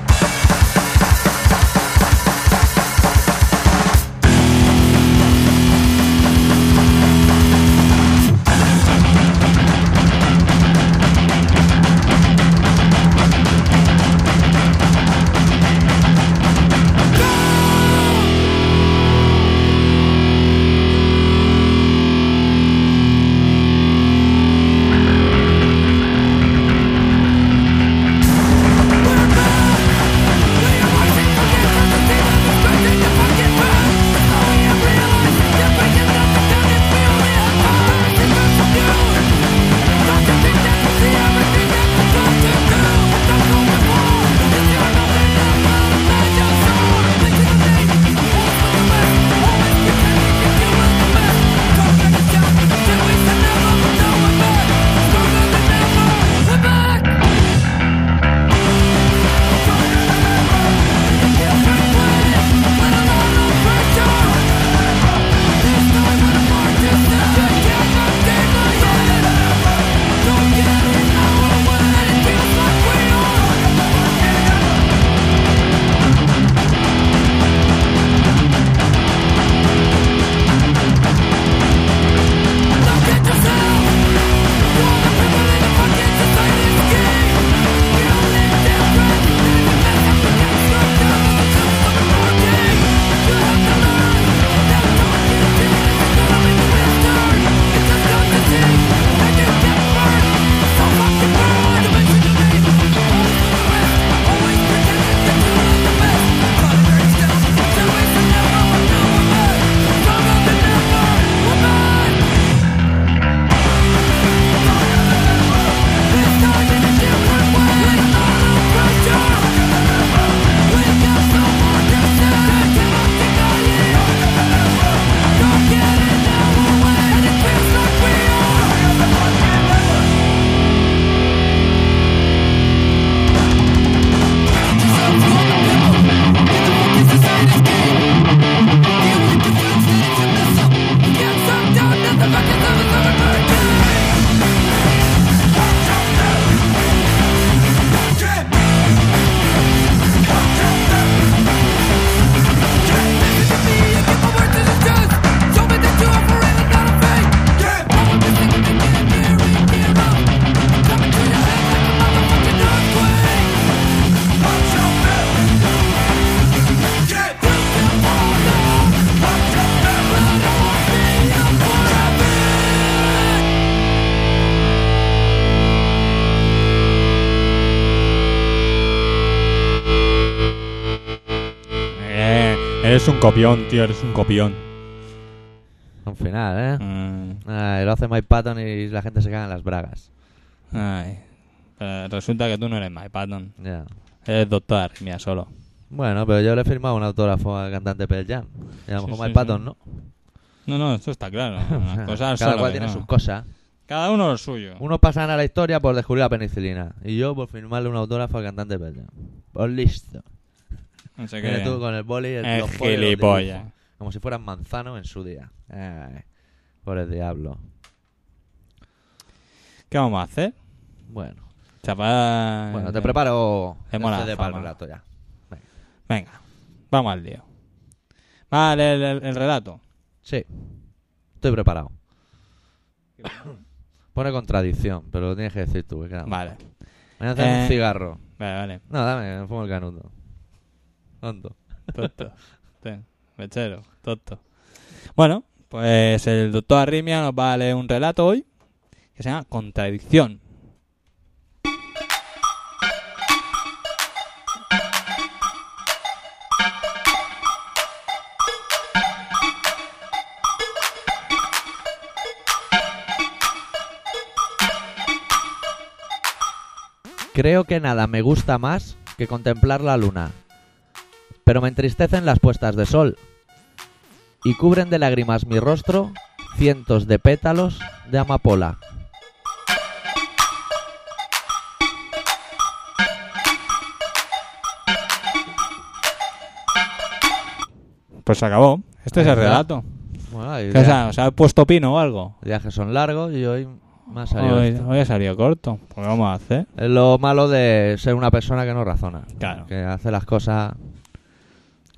[SPEAKER 1] Eh, Eres un copión, tío, eres un copión.
[SPEAKER 2] Al final, ¿eh?
[SPEAKER 1] Mm,
[SPEAKER 2] Ay, lo hace Mike Patton y la gente se caga en las bragas.
[SPEAKER 1] ay. Eh, resulta que tú no eres Mike Patton.
[SPEAKER 2] Ya.
[SPEAKER 1] Eres doctor arritmia solo.
[SPEAKER 2] Bueno, pero yo le he firmado un autógrafo al cantante Pearl Jam. Y a lo
[SPEAKER 1] Sí,
[SPEAKER 2] mejor
[SPEAKER 1] sí,
[SPEAKER 2] Mike
[SPEAKER 1] sí.
[SPEAKER 2] Patton, ¿no?
[SPEAKER 1] No, no, esto está claro. Las cosas son
[SPEAKER 2] Cada
[SPEAKER 1] lo
[SPEAKER 2] cual
[SPEAKER 1] que
[SPEAKER 2] tiene
[SPEAKER 1] no.
[SPEAKER 2] sus cosas.
[SPEAKER 1] Cada uno lo suyo.
[SPEAKER 2] Unos pasan a la historia por descubrir la penicilina. Y yo por firmarle un autógrafo al cantante Pearl Jam. Pues listo.
[SPEAKER 1] No sé qué.
[SPEAKER 2] Viene eh, tú con el boli y el,
[SPEAKER 1] El
[SPEAKER 2] los polis, los
[SPEAKER 1] gilipollas.
[SPEAKER 2] dibujos. Como si fueran manzano en su día. Ay, por el diablo.
[SPEAKER 1] ¿Qué vamos a hacer?
[SPEAKER 2] Bueno.
[SPEAKER 1] Chaval.
[SPEAKER 2] Bueno, te preparo el
[SPEAKER 1] Hemos la
[SPEAKER 2] CD para el
[SPEAKER 1] fama.
[SPEAKER 2] relato ya.
[SPEAKER 1] Venga, vamos al lío. Vale, el, el- el relato.
[SPEAKER 2] Sí. Estoy preparado. *coughs* Pone contradicción, pero lo tienes que decir tú. que queda mal.
[SPEAKER 1] Vale,
[SPEAKER 2] Me voy a hacer
[SPEAKER 1] Eh.
[SPEAKER 2] un cigarro.
[SPEAKER 1] vale, vale.
[SPEAKER 2] No, dame, me fumo el canuto. Tonto.
[SPEAKER 1] Tonto. *laughs* Ten, mechero, tonto. Bueno, pues el doctor Arrimia nos va a leer un relato hoy que se llama Contradicción.
[SPEAKER 2] Creo que nada me gusta más que contemplar la luna. Pero me entristecen las puestas de sol. Y cubren de lágrimas mi rostro cientos de pétalos de amapola.
[SPEAKER 1] Pues se acabó. Este es el relato.
[SPEAKER 2] Bueno, hay
[SPEAKER 1] ¿Qué
[SPEAKER 2] días-
[SPEAKER 1] os ha- ¿Os ha puesto pino o algo?
[SPEAKER 2] viajes son largos y hoy me ha salido
[SPEAKER 1] Hoy,
[SPEAKER 2] esto.
[SPEAKER 1] hoy ha salido corto. Pues vamos a hacer.
[SPEAKER 2] Es lo malo de ser una persona que no razona.
[SPEAKER 1] Claro.
[SPEAKER 2] Que hace las cosas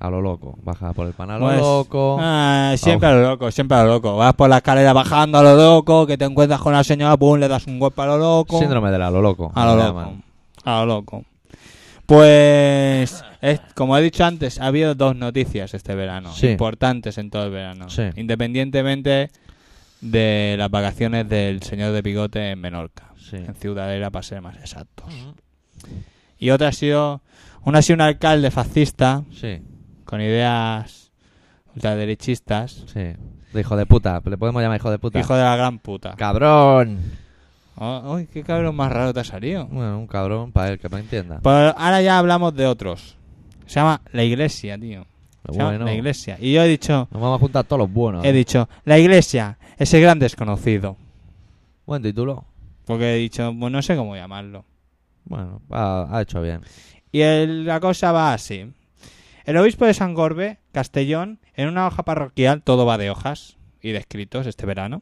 [SPEAKER 2] a lo loco. Baja por el pan a lo
[SPEAKER 1] Pues,
[SPEAKER 2] loco.
[SPEAKER 1] Ah, siempre a lo loco, siempre a lo loco. Vas por la escalera bajando a lo loco, que te encuentras con la señora, pum, le das un golpe a lo loco.
[SPEAKER 2] Síndrome del a lo loco.
[SPEAKER 1] A lo
[SPEAKER 2] me
[SPEAKER 1] loco.
[SPEAKER 2] llaman.
[SPEAKER 1] A lo loco. Pues, es- como he dicho antes, ha habido dos noticias este verano,
[SPEAKER 2] Sí.
[SPEAKER 1] importantes en todo el verano,
[SPEAKER 2] Sí.
[SPEAKER 1] independientemente de las vacaciones del señor de Picote en Menorca,
[SPEAKER 2] Sí.
[SPEAKER 1] en Ciudadela para ser más exactos. Y otra ha sido, una ha sido un alcalde fascista
[SPEAKER 2] Sí,
[SPEAKER 1] con ideas ultraderechistas,
[SPEAKER 2] sí. De hijo de puta. Le podemos llamar hijo de puta.
[SPEAKER 1] hijo de la gran puta.
[SPEAKER 2] Cabrón.
[SPEAKER 1] Oh, uy, qué cabrón más raro te ha salido.
[SPEAKER 2] Bueno, un cabrón para él que me entienda.
[SPEAKER 1] Pero ahora ya hablamos de otros. Se llama La Iglesia, tío. Se llama
[SPEAKER 2] Bueno,
[SPEAKER 1] La
[SPEAKER 2] nos
[SPEAKER 1] Iglesia. Y yo he dicho,
[SPEAKER 2] vamos a juntar todos los buenos.
[SPEAKER 1] he dicho, La Iglesia, ese gran desconocido.
[SPEAKER 2] Buen título.
[SPEAKER 1] Porque he dicho, pues no sé cómo llamarlo.
[SPEAKER 2] Bueno, ha, ha hecho bien.
[SPEAKER 1] Y el- la cosa va así. El obispo de San Gorbe, Castellón, en una hoja parroquial, todo va de hojas y de escritos este verano.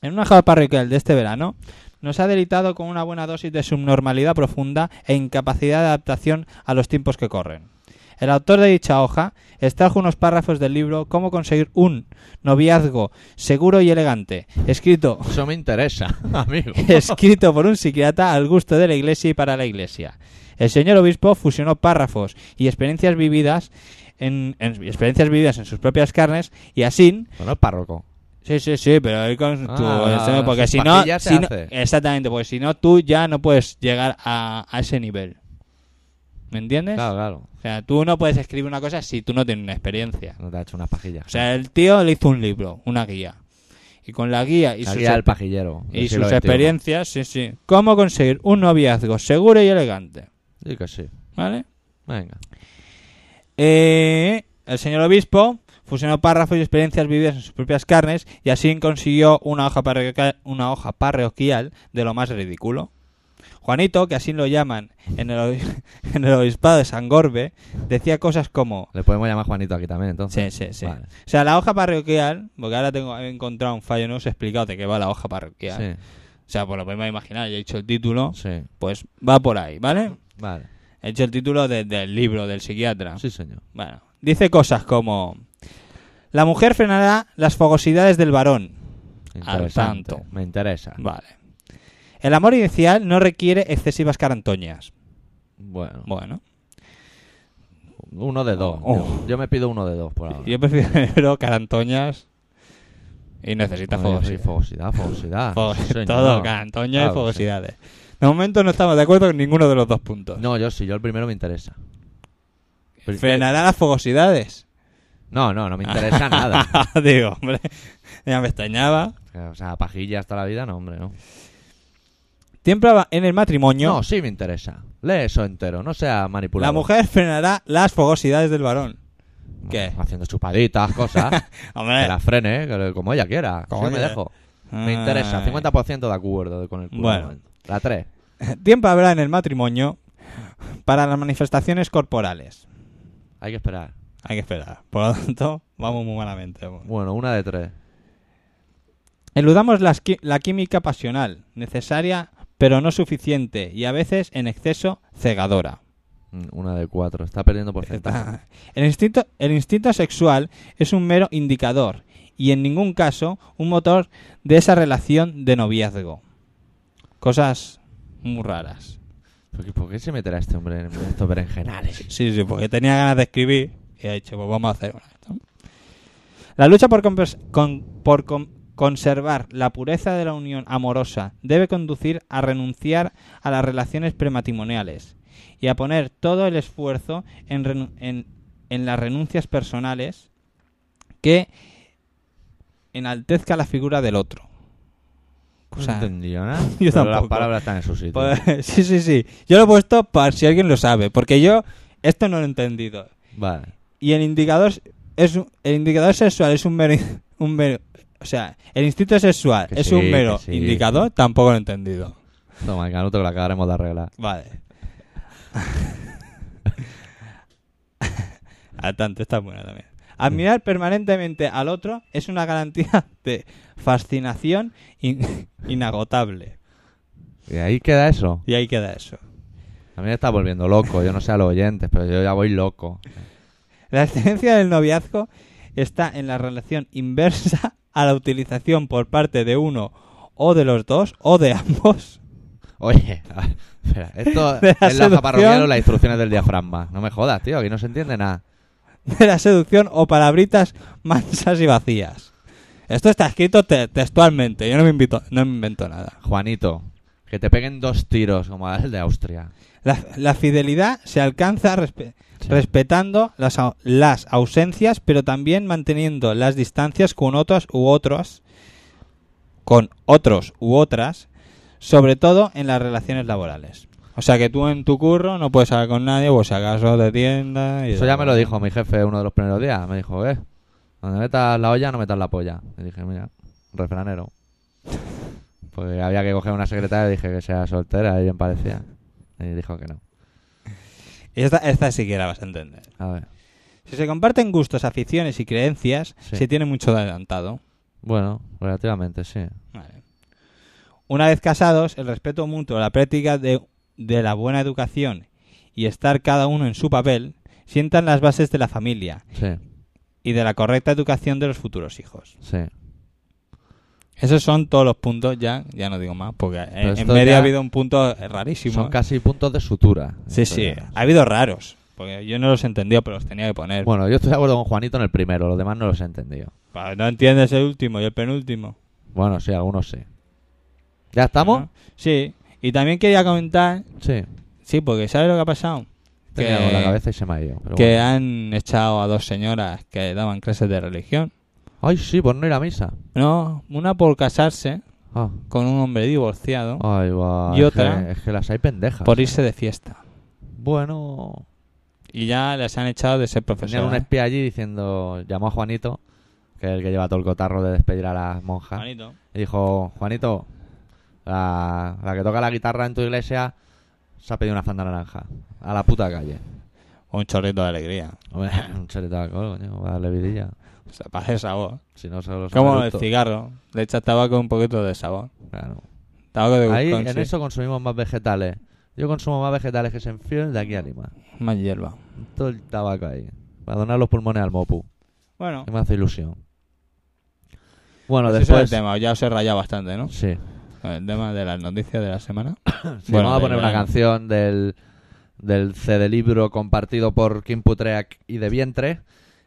[SPEAKER 1] En una hoja parroquial de este verano, nos ha delitado con una buena dosis de subnormalidad profunda e incapacidad de adaptación a los tiempos que corren. El autor de dicha hoja extrajo unos párrafos del libro Cómo conseguir un noviazgo seguro y elegante, escrito
[SPEAKER 2] Eso me interesa, *laughs*
[SPEAKER 1] *laughs*
[SPEAKER 2] amigo.
[SPEAKER 1] escrito por un psiquiatra al gusto de la iglesia y para la iglesia. El señor obispo fusionó párrafos y experiencias vividas en, en- experiencias vividas en sus propias carnes y así
[SPEAKER 2] Bueno, es párroco.
[SPEAKER 1] sí sí sí pero él con
[SPEAKER 2] Ah,
[SPEAKER 1] tu-
[SPEAKER 2] ah,
[SPEAKER 1] porque
[SPEAKER 2] sus
[SPEAKER 1] si no,
[SPEAKER 2] papillas se
[SPEAKER 1] si no-
[SPEAKER 2] hace.
[SPEAKER 1] exactamente porque si no tú ya no puedes llegar a, a ese nivel ¿me entiendes?
[SPEAKER 2] Claro, claro.
[SPEAKER 1] o sea tú no puedes escribir una cosa si tú no tienes una experiencia
[SPEAKER 2] No te ha hecho unas pajillas.
[SPEAKER 1] o sea el tío le hizo un libro una guía y con la guía y
[SPEAKER 2] Aquí
[SPEAKER 1] sus
[SPEAKER 2] ya el pajillero. del
[SPEAKER 1] y
[SPEAKER 2] siglo
[SPEAKER 1] sus
[SPEAKER 2] XXI.
[SPEAKER 1] experiencias, sí, sí. Cómo conseguir un noviazgo seguro y elegante.
[SPEAKER 2] Sí que sí.
[SPEAKER 1] ¿Vale?
[SPEAKER 2] Venga.
[SPEAKER 1] Eh, el señor obispo fusionó párrafos y experiencias vividas en sus propias carnes y así consiguió una hoja parroquial, una hoja parroquial de lo más ridículo. Juanito, que así lo llaman en el, obis- *laughs* en el obispado de San Gorbe, decía cosas como...
[SPEAKER 2] Le podemos llamar Juanito aquí también, entonces.
[SPEAKER 1] Sí, sí, sí.
[SPEAKER 2] Vale.
[SPEAKER 1] O sea, la hoja parroquial, porque ahora tengo, he encontrado un fallo, no os he explicado de qué va la hoja parroquial. O sea, por lo podemos imaginar, ya he dicho el título.
[SPEAKER 2] Sí, sí.
[SPEAKER 1] Pues va por ahí, ¿vale?
[SPEAKER 2] Vale.
[SPEAKER 1] He hecho el título de- del libro del psiquiatra.
[SPEAKER 2] Sí, señor.
[SPEAKER 1] Bueno, dice cosas como... La mujer frenará las fogosidades del varón.
[SPEAKER 2] Interesante.
[SPEAKER 1] tanto.
[SPEAKER 2] Me interesa.
[SPEAKER 1] Vale. El amor inicial no requiere excesivas carantoñas.
[SPEAKER 2] Bueno,
[SPEAKER 1] Bueno,
[SPEAKER 2] uno de dos.
[SPEAKER 1] Oh.
[SPEAKER 2] Yo, yo me pido uno de dos por ahora.
[SPEAKER 1] yo prefiero carantoñas y necesita
[SPEAKER 2] Bueno,
[SPEAKER 1] fogosidad.
[SPEAKER 2] yo sí, fogosidad,
[SPEAKER 1] *laughs*
[SPEAKER 2] fogosidad.
[SPEAKER 1] Fo-
[SPEAKER 2] Sí, señor.
[SPEAKER 1] Todo, carantoñas
[SPEAKER 2] ah, Claro,
[SPEAKER 1] y fogosidades. De momento no estamos de acuerdo con ninguno de los dos puntos.
[SPEAKER 2] No, yo sí, yo el primero me interesa. Pero-
[SPEAKER 1] Frenará las fogosidades. *laughs* Ah,
[SPEAKER 2] No, no, no me interesa nada.
[SPEAKER 1] Digo, hombre, ya me extrañaba.
[SPEAKER 2] O sea, pajillas toda la vida, no, hombre, no.
[SPEAKER 1] Siempre va- en el matrimonio,
[SPEAKER 2] No, sí me interesa. Lee eso entero, no sea manipulado.
[SPEAKER 1] la mujer frenará las fogosidades del varón. ¿Qué?
[SPEAKER 2] Haciendo chupaditas, cosas.
[SPEAKER 1] *laughs* Hombre,
[SPEAKER 2] que la frene, que le- como ella quiera.
[SPEAKER 1] Como
[SPEAKER 2] Sí me
[SPEAKER 1] ella.
[SPEAKER 2] dejo.
[SPEAKER 1] Ay.
[SPEAKER 2] Me interesa. 50% de acuerdo con el culo.
[SPEAKER 1] Ah. Bueno.
[SPEAKER 2] La 3.
[SPEAKER 1] *laughs* Tiempo habrá en el matrimonio para las manifestaciones corporales.
[SPEAKER 2] Hay que esperar.
[SPEAKER 1] Hay que esperar. Por lo tanto, vamos muy malamente.
[SPEAKER 2] Bueno, una de tres.
[SPEAKER 1] Eludamos las qui- la química pasional, necesaria pero no suficiente y a veces en exceso cegadora.
[SPEAKER 2] Mm, Una de cuatro. Está perdiendo porcentaje.
[SPEAKER 1] El instinto, el instinto sexual es un mero indicador y en ningún caso un motor de esa relación de noviazgo. Cosas muy raras.
[SPEAKER 2] ¿Por qué, por qué se meterá este hombre en estos berenjenales?
[SPEAKER 1] Sí, sí, porque tenía ganas de escribir y ha dicho, pues vamos a hacer una. ¿no? La lucha por, compres- con- por con- conservar la pureza de la unión amorosa debe conducir a renunciar a las relaciones prematrimoniales y a poner todo el esfuerzo en, renu- en- en las renuncias personales que enaltezca la figura del otro. *laughs* O sea,
[SPEAKER 2] no entendido nada.
[SPEAKER 1] *laughs* yo
[SPEAKER 2] pero
[SPEAKER 1] tampoco.
[SPEAKER 2] Las palabras están en su sitio.
[SPEAKER 1] pues, *laughs* sí, sí, sí. Yo lo he puesto para si alguien lo sabe, porque yo esto no lo he entendido.
[SPEAKER 2] Vale.
[SPEAKER 1] y el indicador es un- el indicador sexual es un mero un mero- o sea el instinto sexual
[SPEAKER 2] Que
[SPEAKER 1] es
[SPEAKER 2] sí,
[SPEAKER 1] un mero
[SPEAKER 2] que sí.
[SPEAKER 1] indicador tampoco lo he entendido
[SPEAKER 2] Toma, el canuto que la acabaremos de arreglar. *laughs*
[SPEAKER 1] vale a tanto está buena también
[SPEAKER 2] Mm.
[SPEAKER 1] admirar permanentemente al otro es una garantía de fascinación in- *laughs* inagotable
[SPEAKER 2] Y ahí queda eso.
[SPEAKER 1] y ahí queda eso
[SPEAKER 2] A mí me está volviendo loco. Yo no sé a los oyentes, pero yo ya voy loco.
[SPEAKER 1] La excelencia del noviazgo está en la relación inversa a la utilización por parte de uno o de los dos o de ambos
[SPEAKER 2] Oye, *laughs* a ver, espera,
[SPEAKER 1] *laughs* De
[SPEAKER 2] esto
[SPEAKER 1] la
[SPEAKER 2] es la
[SPEAKER 1] seducción.
[SPEAKER 2] zaparroquia o las instrucciones del diafragma. No me jodas, tío, aquí no se entiende nada.
[SPEAKER 1] de la seducción o palabritas mansas y vacías. Esto está escrito te- textualmente, yo no me, invito, no me invento nada.
[SPEAKER 2] Juanito, que te peguen dos tiros como al de Austria.
[SPEAKER 1] La, la fidelidad se alcanza respe-
[SPEAKER 2] Sí.
[SPEAKER 1] respetando las, au- las ausencias, pero también manteniendo las distancias con otros u otros, con otros u otras, sobre todo en las relaciones laborales. O sea que tú en tu curro no puedes hablar con nadie, o si acaso de tienda. y
[SPEAKER 2] Eso ya
[SPEAKER 1] demás.
[SPEAKER 2] me lo dijo mi jefe uno de los primeros días. Me dijo, eh, donde metas la olla, no metas la polla. Y dije, mira,
[SPEAKER 1] *laughs*
[SPEAKER 2] refranero. Porque había que coger una secretaria y dije que sea soltera, y bien parecía. Y dijo que no.
[SPEAKER 1] Y Esta, esta siquiera vas a entender.
[SPEAKER 2] A ver.
[SPEAKER 1] Si se comparten gustos, aficiones y creencias,
[SPEAKER 2] Sí.
[SPEAKER 1] se tiene mucho de adelantado.
[SPEAKER 2] Bueno, relativamente sí.
[SPEAKER 1] Vale. Una vez casados, el respeto mutuo, la práctica de, de la buena educación y estar cada uno en su papel sientan las bases de la familia
[SPEAKER 2] Sí,
[SPEAKER 1] y de la correcta educación de los futuros hijos.
[SPEAKER 2] sí.
[SPEAKER 1] Esos son todos los puntos, ya, ya no digo más, porque en, en
[SPEAKER 2] esto
[SPEAKER 1] medio
[SPEAKER 2] ya-
[SPEAKER 1] ha habido un punto rarísimo. ¿eh?
[SPEAKER 2] Son casi puntos de sutura.
[SPEAKER 1] sí,
[SPEAKER 2] Esto
[SPEAKER 1] sí,
[SPEAKER 2] ya.
[SPEAKER 1] ha habido raros, porque yo no los entendía, pero los tenía que poner.
[SPEAKER 2] Bueno, yo estoy de acuerdo con Juanito en el primero, los demás no los he entendido.
[SPEAKER 1] Pa- No entiendes el último y el penúltimo.
[SPEAKER 2] Bueno, sí, algunos sí. ¿Ya estamos?
[SPEAKER 1] ¿no? Sí, y también quería comentar,
[SPEAKER 2] Sí.
[SPEAKER 1] sí, porque ¿sabes lo que ha pasado?
[SPEAKER 2] Tenía algo en la cabeza y se me ha ido. pero
[SPEAKER 1] que
[SPEAKER 2] bueno.
[SPEAKER 1] han echado a dos señoras que daban clases de religión.
[SPEAKER 2] Ay, sí, por no ir a misa.
[SPEAKER 1] No, una por casarse
[SPEAKER 2] Ah.
[SPEAKER 1] con un hombre divorciado
[SPEAKER 2] Ay, va.
[SPEAKER 1] Y
[SPEAKER 2] es
[SPEAKER 1] otra.
[SPEAKER 2] que- es que las hay pendejas. ¿eh?
[SPEAKER 1] por irse de fiesta.
[SPEAKER 2] Bueno.
[SPEAKER 1] Y ya les han echado de ser
[SPEAKER 2] Tenían un
[SPEAKER 1] profesor.
[SPEAKER 2] espía allí diciendo. Llamó a Juanito, que es el que lleva todo el cotarro de despedir a las monjas. Y dijo: Juanito, la, la que toca la guitarra en tu iglesia se ha pedido una fanda naranja. A la puta calle.
[SPEAKER 1] Un chorrito de alegría.
[SPEAKER 2] Hombre, un chorrito de alcohol, coño, para darle vidilla.
[SPEAKER 1] O sea, para el sabor.
[SPEAKER 2] Si no, solo los
[SPEAKER 1] Como el
[SPEAKER 2] eructos.
[SPEAKER 1] cigarro. Le echas tabaco un poquito de sabor.
[SPEAKER 2] Claro.
[SPEAKER 1] Tabaco de
[SPEAKER 2] Ahí
[SPEAKER 1] Wisconsin.
[SPEAKER 2] en eso consumimos más vegetales. Yo consumo más vegetales que Senfield de aquí a Lima.
[SPEAKER 1] Más hierba.
[SPEAKER 2] Todo el tabaco ahí. Para donar los pulmones al Mopu.
[SPEAKER 1] Bueno,
[SPEAKER 2] Que me hace ilusión. Bueno,
[SPEAKER 1] ese es el
[SPEAKER 2] después.
[SPEAKER 1] tema. Ya os he rayado bastante, ¿no? *laughs*
[SPEAKER 2] Sí.
[SPEAKER 1] Con El tema de las noticias de la semana.
[SPEAKER 2] Sí,
[SPEAKER 1] Bueno,
[SPEAKER 2] vamos a poner
[SPEAKER 1] venga.
[SPEAKER 2] una canción del, del CD libro compartido por Kim Putreak y de Vientre.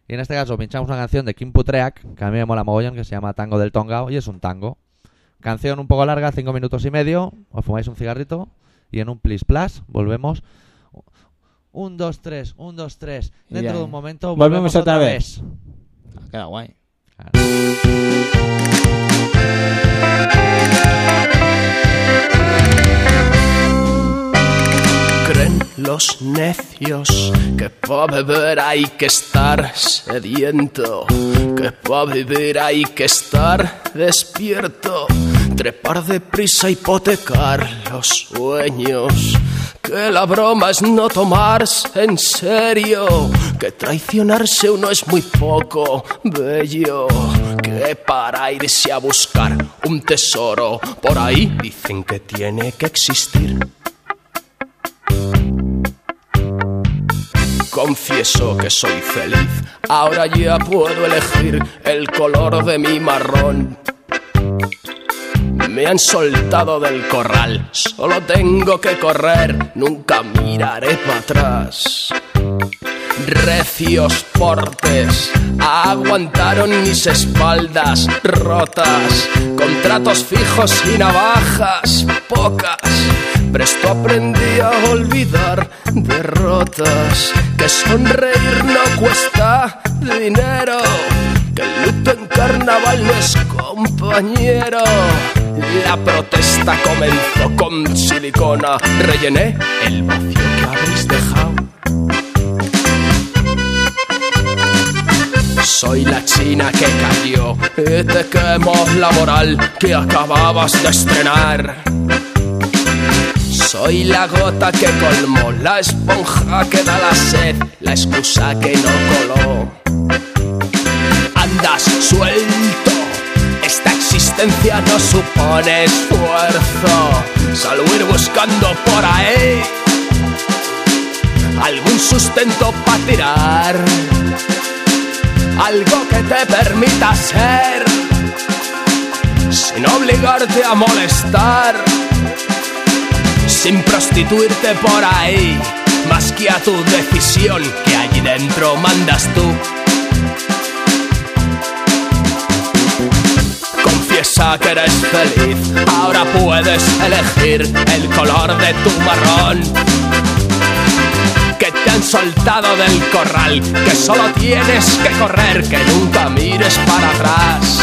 [SPEAKER 2] Y en este caso pinchamos una canción de Kim Putreak, que a mí me mola mogollón, que se llama Tango del Tongao, y es un tango. Canción un poco larga, cinco minutos y medio, os fumáis un cigarrito, y en un plis plas volvemos. Un, dos, tres, un, dos, tres.
[SPEAKER 1] Y
[SPEAKER 2] Dentro
[SPEAKER 1] ya.
[SPEAKER 2] de un momento
[SPEAKER 1] Volvemos otra vez. Queda guay.
[SPEAKER 2] Claro.
[SPEAKER 4] Creen los necios que para beber hay que estar sediento, que para vivir hay que estar despierto, trepar deprisa, hipotecar los sueños. Que la broma es no tomarse en serio, que traicionarse uno es muy poco bello, que para irse a buscar un tesoro, por ahí dicen que tiene que existir. Confieso que soy feliz, ahora ya puedo elegir el color de mi marrón. Me han soltado del corral, solo tengo que correr, nunca miraré para atrás. Recios portes aguantaron mis espaldas rotas, contratos fijos y navajas pocas. Presto aprendí a olvidar derrotas, que sonreír no cuesta dinero, que el luto en carnaval no es compañero. La protesta comenzó con silicona, rellené el vacío que habéis dejado. Soy la china que cayó y te quemo la moral que acababas de estrenar. Soy la gota que colmó, la esponja que da la sed, la excusa que no coló. Andas suelto, esta existencia no supone esfuerzo, salvo ir buscando por ahí algún sustento para tirar algo que te permita ser, sin obligarte a molestar, sin prostituirte por ahí, más que a tu decisión que allí dentro mandas tú. Confiesa que eres feliz, ahora puedes elegir el color de tu marrón que te han soltado del corral, que solo tienes que correr, que nunca mires para atrás.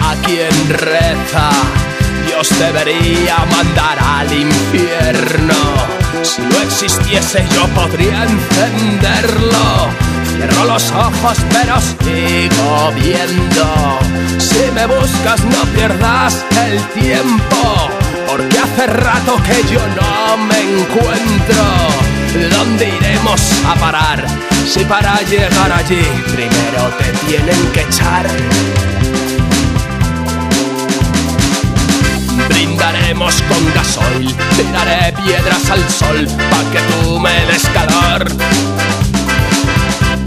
[SPEAKER 4] A quien reza, Dios debería mandar al infierno. Si no existiese yo podría encenderlo. Cierro los ojos pero sigo viendo. Si me buscas no pierdas el tiempo, porque hace rato que yo no me encuentro. ¿Dónde iremos a parar? Si para llegar allí primero te tienen que echar. Brindaremos con gasoil, tiraré piedras al sol pa' que tú me des calor.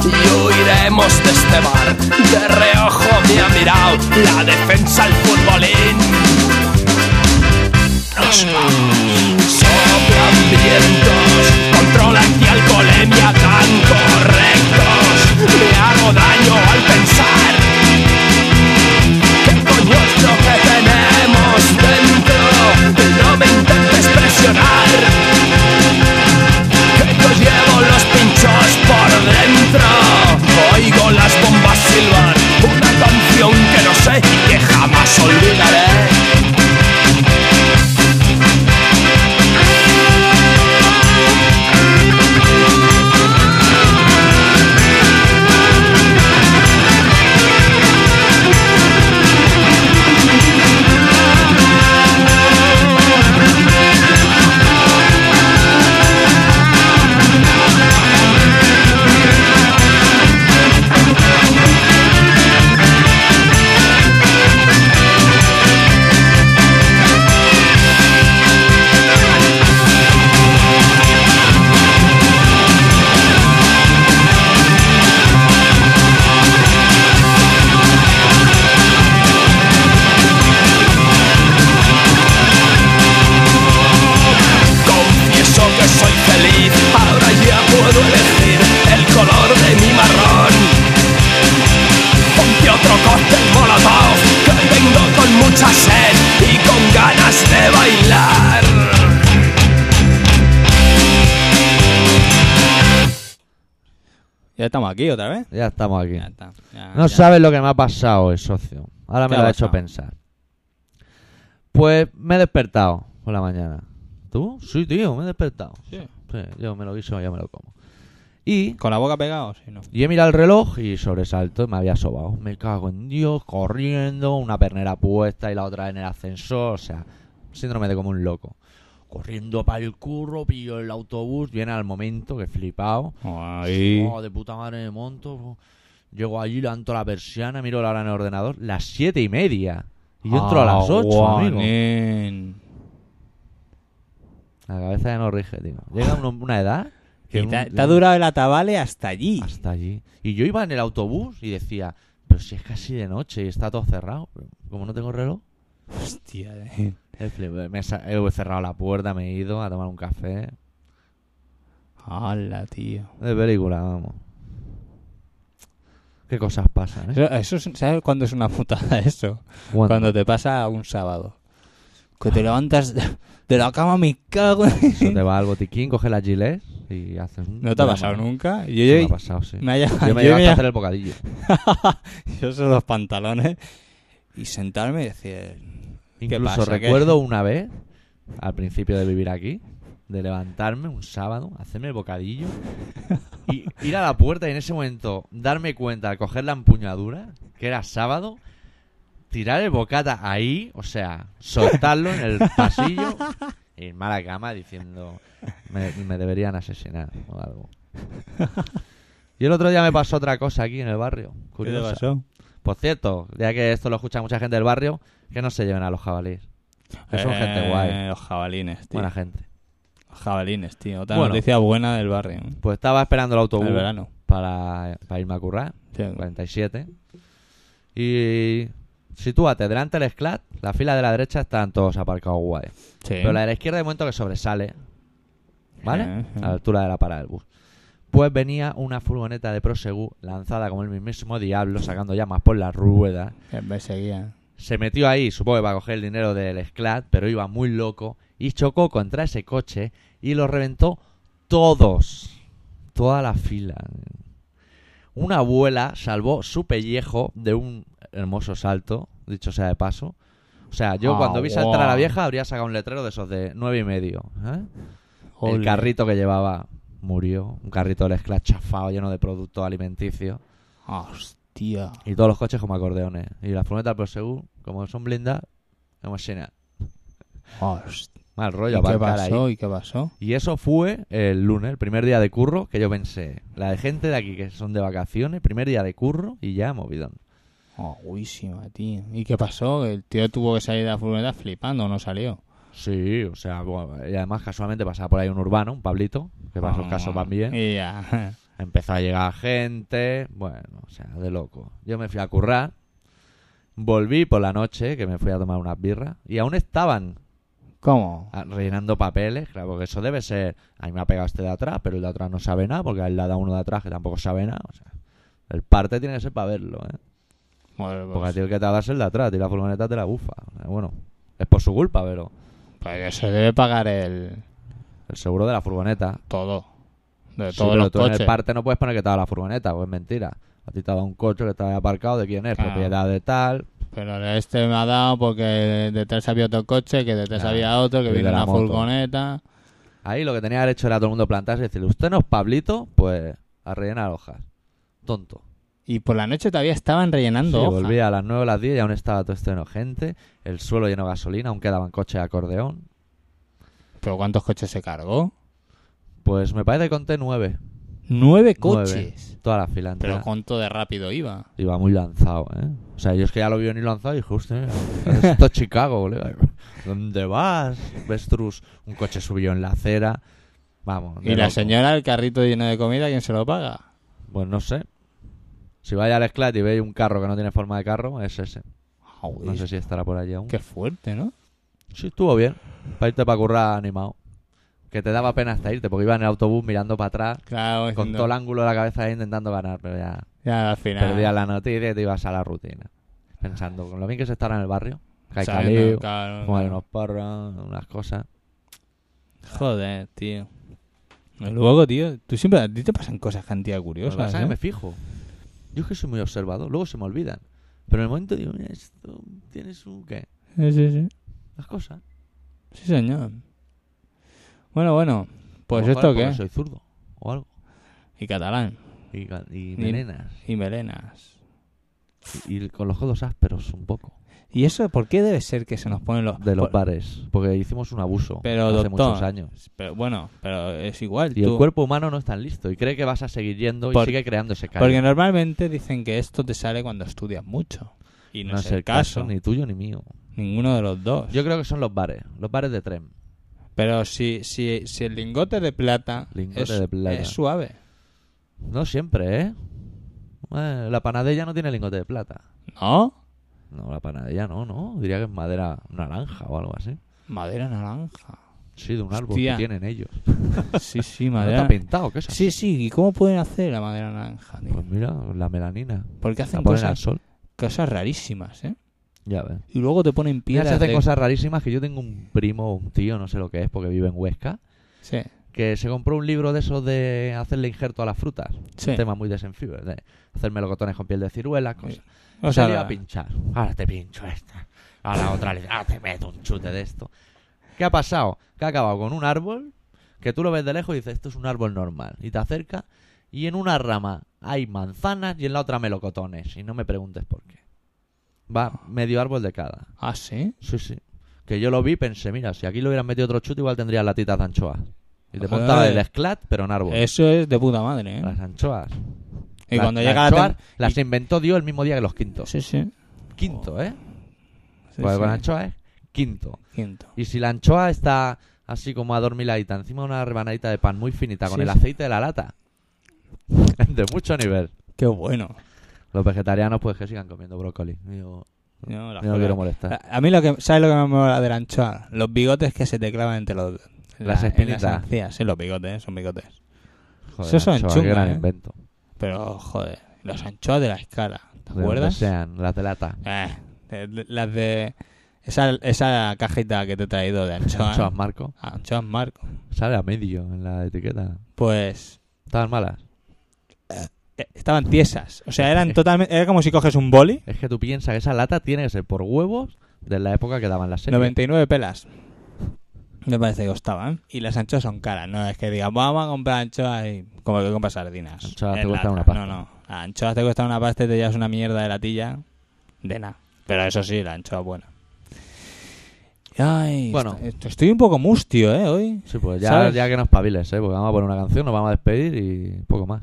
[SPEAKER 4] Y huiremos de este bar, de reojo me ha mirado la defensa al futbolín. Nos vamos, soplan vientos, controlan mi alcoholemia tan correctos. Me hago daño al pensar ¿Qué coño es lo que tenemos dentro? No me intentes presionar Que yo llevo los pinchos por dentro Oigo las bombas silbar Una canción que no sé y que jamás olvidaré
[SPEAKER 1] Ya estamos aquí otra vez.
[SPEAKER 2] Ya estamos aquí.
[SPEAKER 1] Ya está. ya-
[SPEAKER 2] No
[SPEAKER 1] ya.
[SPEAKER 2] sabes lo que me ha pasado, eh, socio. Ahora
[SPEAKER 1] Ah, ¿Qué
[SPEAKER 2] me
[SPEAKER 1] ha
[SPEAKER 2] lo ha hecho
[SPEAKER 1] pasado?
[SPEAKER 2] pensar. Pues me he despertado por la mañana. ¿Tú? Sí, tío, me he despertado.
[SPEAKER 1] Sí.
[SPEAKER 2] Sí, yo me lo guiso, ya me lo como. Y,
[SPEAKER 1] Con la boca pegada, si no.
[SPEAKER 2] y he mirado el reloj y sobresalto y me había sobado. Me cago en Dios, corriendo, una pernera puesta y la otra en el ascensor. O sea, síndrome de como un loco. Corriendo para el curro, pillo el autobús, viene al momento, que flipado.
[SPEAKER 1] Ahí.
[SPEAKER 2] Oh, de puta madre me monto. po. Llego allí, levanto la persiana, miro la hora en el ordenador. Las siete y media. Y yo entro a
[SPEAKER 1] Ah,
[SPEAKER 2] las ocho, amigo.
[SPEAKER 1] Aguanín.
[SPEAKER 2] La cabeza ya no rige, tío. Llega uno- una
[SPEAKER 1] *laughs*
[SPEAKER 2] edad que
[SPEAKER 1] Y
[SPEAKER 2] un-
[SPEAKER 1] te, ha- te ha durado el atabale hasta allí.
[SPEAKER 2] hasta allí. Y yo iba en el autobús y decía, pero si es casi de noche y está todo cerrado. Como no tengo reloj.
[SPEAKER 1] Hostia, eh.
[SPEAKER 2] he flipado. Me he sa- he cerrado la puerta, me he ido a tomar un café.
[SPEAKER 1] Hala, tío.
[SPEAKER 2] De película, vamos. Qué cosas pasan, ¿eh?
[SPEAKER 1] Eso, eso es- ¿Sabes cuándo es una putada *laughs* eso?
[SPEAKER 2] Bueno,
[SPEAKER 1] Cuando te pasa un sábado. Que te levantas de de la cama, me cago en-
[SPEAKER 2] eso te va al botiquín, coges las gilets y haces un...
[SPEAKER 1] No te ha pasado nunca. Yo,
[SPEAKER 2] Eso me ha
[SPEAKER 1] yo,
[SPEAKER 2] pasado, sí.
[SPEAKER 1] me ha llamado-
[SPEAKER 2] Yo me
[SPEAKER 1] yo
[SPEAKER 2] llevo
[SPEAKER 1] me
[SPEAKER 2] hasta
[SPEAKER 1] llamo-
[SPEAKER 2] hacer el bocadillo.
[SPEAKER 1] *laughs* yo son los pantalones. Y sentarme y decir.
[SPEAKER 2] Incluso
[SPEAKER 1] pasa? ¿Qué?
[SPEAKER 2] recuerdo una vez, al principio de vivir aquí, de levantarme un sábado, hacerme el bocadillo
[SPEAKER 1] *laughs*
[SPEAKER 2] y ir a la puerta y en ese momento darme cuenta al coger la empuñadura, que era sábado, tirar el bocata ahí, o sea, soltarlo en el pasillo y irme a la cama diciendo me, me deberían asesinar o
[SPEAKER 1] *laughs*
[SPEAKER 2] algo. Y el otro día me pasó otra cosa aquí en el barrio.
[SPEAKER 1] ¿Qué te
[SPEAKER 2] curiosa.
[SPEAKER 1] pasó?
[SPEAKER 2] Por cierto, ya que esto lo escucha mucha gente del barrio, que no se lleven a los jabalíes. Que son
[SPEAKER 1] Eh,
[SPEAKER 2] gente guay.
[SPEAKER 1] Los jabalines, tío.
[SPEAKER 2] Buena gente.
[SPEAKER 1] Los jabalines, tío. Otra
[SPEAKER 2] Bueno.
[SPEAKER 1] noticia buena del barrio. ¿eh?
[SPEAKER 2] Pues estaba esperando el autobús
[SPEAKER 1] Del verano.
[SPEAKER 2] para, para irme a currar,
[SPEAKER 1] Sí.
[SPEAKER 2] 47. Y sitúate, delante del SCLAT, la fila de la derecha están todos aparcados guay.
[SPEAKER 1] Sí.
[SPEAKER 2] Pero la de la izquierda de momento que sobresale, ¿vale?
[SPEAKER 1] Eh, eh.
[SPEAKER 2] A la altura de la parada del bus. Pues venía una furgoneta de Prosegu lanzada como el mismísimo diablo, sacando llamas por las ruedas.
[SPEAKER 1] Que Me seguía.
[SPEAKER 2] Se metió ahí, supongo que para coger el dinero del SCLAT, pero iba muy loco y chocó contra ese coche y lo reventó todos. Toda la fila. Una abuela salvó su pellejo de un hermoso salto, dicho sea de paso. O sea, yo
[SPEAKER 1] Ah,
[SPEAKER 2] cuando vi saltar a la
[SPEAKER 1] guau.
[SPEAKER 2] vieja habría sacado un letrero de esos de nueve y medio. ¿eh? El
[SPEAKER 1] Ole.
[SPEAKER 2] carrito que llevaba murió. Un carrito del SCLAT chafado, lleno de productos alimenticios.
[SPEAKER 1] Hostia.
[SPEAKER 2] Y todos los coches como acordeones. Y las furgonetas por seguro, como son blindas, como llenas.
[SPEAKER 1] Hostia.
[SPEAKER 2] Mal
[SPEAKER 1] ¿Y
[SPEAKER 2] rollo
[SPEAKER 1] qué
[SPEAKER 2] aparcar ahí.
[SPEAKER 1] pasó? ¿Y qué pasó?
[SPEAKER 2] Y eso fue el lunes, el primer día de curro, que yo pensé, la de gente de aquí que son de vacaciones, primer día de curro y ya movidón.
[SPEAKER 1] Oh, guísima, tío. ¿Y qué pasó? El tío tuvo que salir de la furgoneta flipando, no salió.
[SPEAKER 2] Sí, o sea, bueno, y además casualmente pasaba por ahí un urbano, un Pablito, que pasó el caso también.
[SPEAKER 1] Y ya. *laughs*
[SPEAKER 2] Empezó a llegar gente, bueno, o sea, de loco. Yo me fui a currar, volví por la noche, que me fui a tomar unas birras, y aún estaban
[SPEAKER 1] ¿Cómo?
[SPEAKER 2] Ah, rellenando papeles, claro, porque eso debe ser. A mí me ha pegado este de atrás, pero el de atrás no sabe nada, porque a él le ha dado uno de atrás que tampoco sabe nada. O sea, el parte tiene que ser para verlo, ¿eh?
[SPEAKER 1] Bueno,
[SPEAKER 2] Porque a
[SPEAKER 1] pues,
[SPEAKER 2] ti el que te ha dado es el de atrás, a ti la furgoneta te la bufa. O sea, bueno, es por su culpa, pero
[SPEAKER 1] pues que se debe pagar el
[SPEAKER 2] el seguro de la furgoneta.
[SPEAKER 1] todo. De
[SPEAKER 2] Sí,
[SPEAKER 1] todos
[SPEAKER 2] pero
[SPEAKER 1] los
[SPEAKER 2] tú en el
[SPEAKER 1] coches.
[SPEAKER 2] parte no puedes poner que te ha dado la furgoneta, pues es mentira. A ti te ha dado un coche que te había aparcado, de quién es,
[SPEAKER 1] Claro.
[SPEAKER 2] propiedad de tal.
[SPEAKER 1] Pero este me ha dado porque detrás había otro coche, que detrás
[SPEAKER 2] Claro.
[SPEAKER 1] había otro, que
[SPEAKER 2] Y de
[SPEAKER 1] vino
[SPEAKER 2] la
[SPEAKER 1] una
[SPEAKER 2] moto.
[SPEAKER 1] furgoneta.
[SPEAKER 2] Ahí lo que tenía que haber hecho era todo el mundo plantarse y decirle, usted no es Pablito, pues a rellenar hojas. Tonto.
[SPEAKER 1] Y por la noche todavía estaban rellenando.
[SPEAKER 2] Sí,
[SPEAKER 1] hojas.
[SPEAKER 2] volvía a las 9 o las 10 y aún estaba todo esto lleno de gente, el suelo lleno de gasolina, aún quedaban coches de acordeón.
[SPEAKER 1] Pero ¿cuántos coches se cargó?
[SPEAKER 2] Pues me parece que conté 9,
[SPEAKER 1] Nueve coches.
[SPEAKER 2] Nueve. toda la fila entera.
[SPEAKER 1] Pero cuánto de rápido iba.
[SPEAKER 2] Iba muy lanzado, ¿eh? O sea, yo es que ya lo vi venir lanzado y dije, hostia, esto es Chicago, boludo. ¿Dónde vas? Vestrus, un coche subió en la acera. Vamos. de
[SPEAKER 1] Y la
[SPEAKER 2] loco.
[SPEAKER 1] señora, el carrito lleno de comida, ¿quién se lo paga?
[SPEAKER 2] Pues no sé. Si vais al Esclat y veis un carro que no tiene forma de carro, es ese. No sé si estará por allí aún.
[SPEAKER 1] Qué fuerte, ¿no?
[SPEAKER 2] Sí, estuvo bien. Para irte para currar animado. Que te daba pena hasta irte, porque iba en el autobús mirando para atrás,
[SPEAKER 1] Claro,
[SPEAKER 2] con
[SPEAKER 1] diciendo,
[SPEAKER 2] todo el ángulo de la cabeza ahí intentando ganar, pero ya
[SPEAKER 1] ya al final.
[SPEAKER 2] perdías la noticia y te ibas a la rutina. Pensando, con lo bien que se estará en el barrio, que hay
[SPEAKER 1] sabiendo,
[SPEAKER 2] caleo,
[SPEAKER 1] claro,
[SPEAKER 2] fumar
[SPEAKER 1] no.
[SPEAKER 2] unos porros, unas cosas.
[SPEAKER 1] Joder, tío. Luego, tío, tú siempre a ti te pasan cosas cantidad
[SPEAKER 2] Lo que
[SPEAKER 1] curiosas.
[SPEAKER 2] pasa es
[SPEAKER 1] ¿eh?
[SPEAKER 2] que me fijo. Yo es que soy muy observado, luego se me olvidan. Pero en el momento digo, mira, esto tienes un qué,
[SPEAKER 1] Sí, ¿eh? sí, sí.
[SPEAKER 2] las cosas.
[SPEAKER 1] Sí, señor. Bueno, bueno. Pues
[SPEAKER 2] A lo
[SPEAKER 1] esto
[SPEAKER 2] mejor es
[SPEAKER 1] qué.
[SPEAKER 2] porque Soy zurdo o algo.
[SPEAKER 1] Y catalán.
[SPEAKER 2] Y, ga-
[SPEAKER 1] Ni-
[SPEAKER 2] y melenas.
[SPEAKER 1] Y melenas.
[SPEAKER 2] Y, y con los codos ásperos un poco.
[SPEAKER 1] ¿Y eso por qué debe ser que se nos ponen los...
[SPEAKER 2] De los
[SPEAKER 1] por-
[SPEAKER 2] bares. Porque hicimos un abuso
[SPEAKER 1] Pues- Pero,
[SPEAKER 2] hace
[SPEAKER 1] doctor,
[SPEAKER 2] muchos años.
[SPEAKER 1] Pero bueno, pero es igual.
[SPEAKER 2] Y
[SPEAKER 1] tú-
[SPEAKER 2] el cuerpo humano no es tan listo. Y cree que vas a seguir yendo y
[SPEAKER 1] Por-
[SPEAKER 2] sigue creando ese callo.
[SPEAKER 1] Porque normalmente dicen que esto te sale cuando estudias mucho. Y no, es, el caso. Pues-
[SPEAKER 2] ni tuyo ni mío.
[SPEAKER 1] Ninguno de los dos.
[SPEAKER 2] Yo creo que son los bares, los bares de tren.
[SPEAKER 1] Pero si, si, si el lingote de plata,
[SPEAKER 2] Lingote
[SPEAKER 1] es,
[SPEAKER 2] de plata.
[SPEAKER 1] es suave.
[SPEAKER 2] No siempre, ¿eh? Eh, la panadella no tiene lingote de plata.
[SPEAKER 1] ¿No?
[SPEAKER 2] No, la panadella no, no. Diría que es madera naranja o algo así.
[SPEAKER 1] Madera naranja.
[SPEAKER 2] Sí, de un árbol
[SPEAKER 1] Hostia.
[SPEAKER 2] que tienen ellos.
[SPEAKER 1] Sí, sí,
[SPEAKER 2] ¿No está
[SPEAKER 1] madera.
[SPEAKER 2] pintado? ¿Qué es eso?
[SPEAKER 1] sí, sí. ¿Y cómo pueden hacer la madera naranja? tío?
[SPEAKER 2] Pues mira, la melanina.
[SPEAKER 1] Porque
[SPEAKER 2] La
[SPEAKER 1] hacen
[SPEAKER 2] ponen al
[SPEAKER 1] cosas,
[SPEAKER 2] sol.
[SPEAKER 1] cosas rarísimas, ¿eh?
[SPEAKER 2] Ya ves.
[SPEAKER 1] Y luego te ponen
[SPEAKER 2] Mira, se
[SPEAKER 1] piedras
[SPEAKER 2] hacen
[SPEAKER 1] de-
[SPEAKER 2] cosas rarísimas que yo tengo un primo o un tío, no sé lo que es, porque vive en Huesca,
[SPEAKER 1] Sí,
[SPEAKER 2] que se compró un libro de esos de hacerle injerto a las frutas.
[SPEAKER 1] sí.
[SPEAKER 2] Un tema muy desenfibro, de hacer melocotones con piel de ciruela, cosas.
[SPEAKER 1] O sea,
[SPEAKER 2] se le iba
[SPEAKER 1] la-
[SPEAKER 2] a pinchar. Ahora te pincho esta.
[SPEAKER 1] *laughs*
[SPEAKER 2] A la otra le ah, te meto un chute de esto. ¿Qué ha pasado? Que ha acabado con un árbol que tú lo ves de lejos y dices, esto es un árbol normal. Y te acerca y en una rama hay manzanas y en la otra melocotones. Y no me preguntes por qué. Va medio árbol de cada.
[SPEAKER 1] Ah, sí.
[SPEAKER 2] Sí, sí. Que yo lo vi y pensé, mira, si aquí le hubieran metido otro chute igual tendría latitas de anchoas. Y te
[SPEAKER 1] Eh.
[SPEAKER 2] montaba el esclat, pero en árbol.
[SPEAKER 1] Eso es de puta madre, ¿eh?
[SPEAKER 2] Las anchoas.
[SPEAKER 1] Y
[SPEAKER 2] Las-
[SPEAKER 1] cuando
[SPEAKER 2] las
[SPEAKER 1] llega la...
[SPEAKER 2] anchoas
[SPEAKER 1] tem-
[SPEAKER 2] las inventó Dios el mismo día que los quintos.
[SPEAKER 1] Sí, sí.
[SPEAKER 2] Quinto, ¿eh?
[SPEAKER 1] sí,
[SPEAKER 2] Porque
[SPEAKER 1] sí.
[SPEAKER 2] con anchoa es quinto.
[SPEAKER 1] Quinto.
[SPEAKER 2] Y si la anchoa está así como adormiladita, encima de una rebanadita de pan muy finita, con
[SPEAKER 1] Sí,
[SPEAKER 2] el
[SPEAKER 1] sí.
[SPEAKER 2] aceite de la lata, *laughs* de mucho nivel.
[SPEAKER 1] Qué bueno.
[SPEAKER 2] Los vegetarianos, pues que sigan comiendo brócoli. Yo,
[SPEAKER 1] No, las
[SPEAKER 2] yo no
[SPEAKER 1] cosas-
[SPEAKER 2] quiero molestar.
[SPEAKER 1] A a mí lo que sabes lo que me mola de la anchoa, los bigotes que se te clavan entre los en
[SPEAKER 2] Las
[SPEAKER 1] la- en
[SPEAKER 2] espinitas.
[SPEAKER 1] las encías, sí, los bigotes, son bigotes.
[SPEAKER 2] Joder,
[SPEAKER 1] eso son
[SPEAKER 2] anchoa,
[SPEAKER 1] chungas,
[SPEAKER 2] qué gran
[SPEAKER 1] ¿eh?
[SPEAKER 2] invento.
[SPEAKER 1] Pero joder, las anchoas de la escala, ¿te
[SPEAKER 2] De donde
[SPEAKER 1] acuerdas?
[SPEAKER 2] sean, las de lata.
[SPEAKER 1] Eh, de- de- las de esa, esa cajita que te he traído de anchoa.
[SPEAKER 2] Anchoas, Marco.
[SPEAKER 1] Ah, anchoas Marco.
[SPEAKER 2] Sale a medio en la etiqueta.
[SPEAKER 1] Pues
[SPEAKER 2] Estaban malas.
[SPEAKER 1] eh, estaban tiesas, o sea, eran totalmente era como si coges un boli,
[SPEAKER 2] Es que tú piensas que esa lata tiene que ser por huevos de la época que daban las series.
[SPEAKER 1] 99 pelas. Me parece que costaban. Y las anchoas son caras, no es que digas, vamos a comprar anchoas y como que compras sardinas.
[SPEAKER 2] Anchoas te
[SPEAKER 1] En lata.
[SPEAKER 2] cuestan una
[SPEAKER 1] No,
[SPEAKER 2] pasta.
[SPEAKER 1] no. Las anchoas te cuestan una pasta y te llevas una mierda de latilla. De nada. Pero eso sí, la anchoa buena. Ay,
[SPEAKER 2] Bueno.
[SPEAKER 1] est- est- estoy un poco mustio, ¿eh? Hoy.
[SPEAKER 2] Sí, pues ya,
[SPEAKER 1] ¿Sabes?
[SPEAKER 2] ya que nos paviles, ¿eh? Porque vamos a poner una canción, nos vamos a despedir y poco más.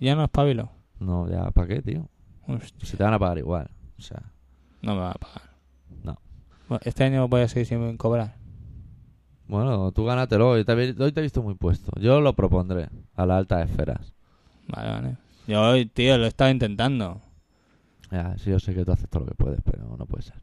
[SPEAKER 1] Ya no espabilo.
[SPEAKER 2] No, ya, ¿para qué, tío?
[SPEAKER 1] Hostia,
[SPEAKER 2] Si te van a pagar igual. O sea,
[SPEAKER 1] No me va a pagar.
[SPEAKER 2] No.
[SPEAKER 1] Bueno, este año voy a seguir sin cobrar.
[SPEAKER 2] bueno, tú gánatelo. Yo te, he vi- hoy te he visto muy puesto. Yo lo propondré a las altas esferas.
[SPEAKER 1] Vale, vale. Yo hoy, tío, lo he estado intentando.
[SPEAKER 2] Ya, sí, yo sé que tú haces todo lo que puedes, pero no puede ser.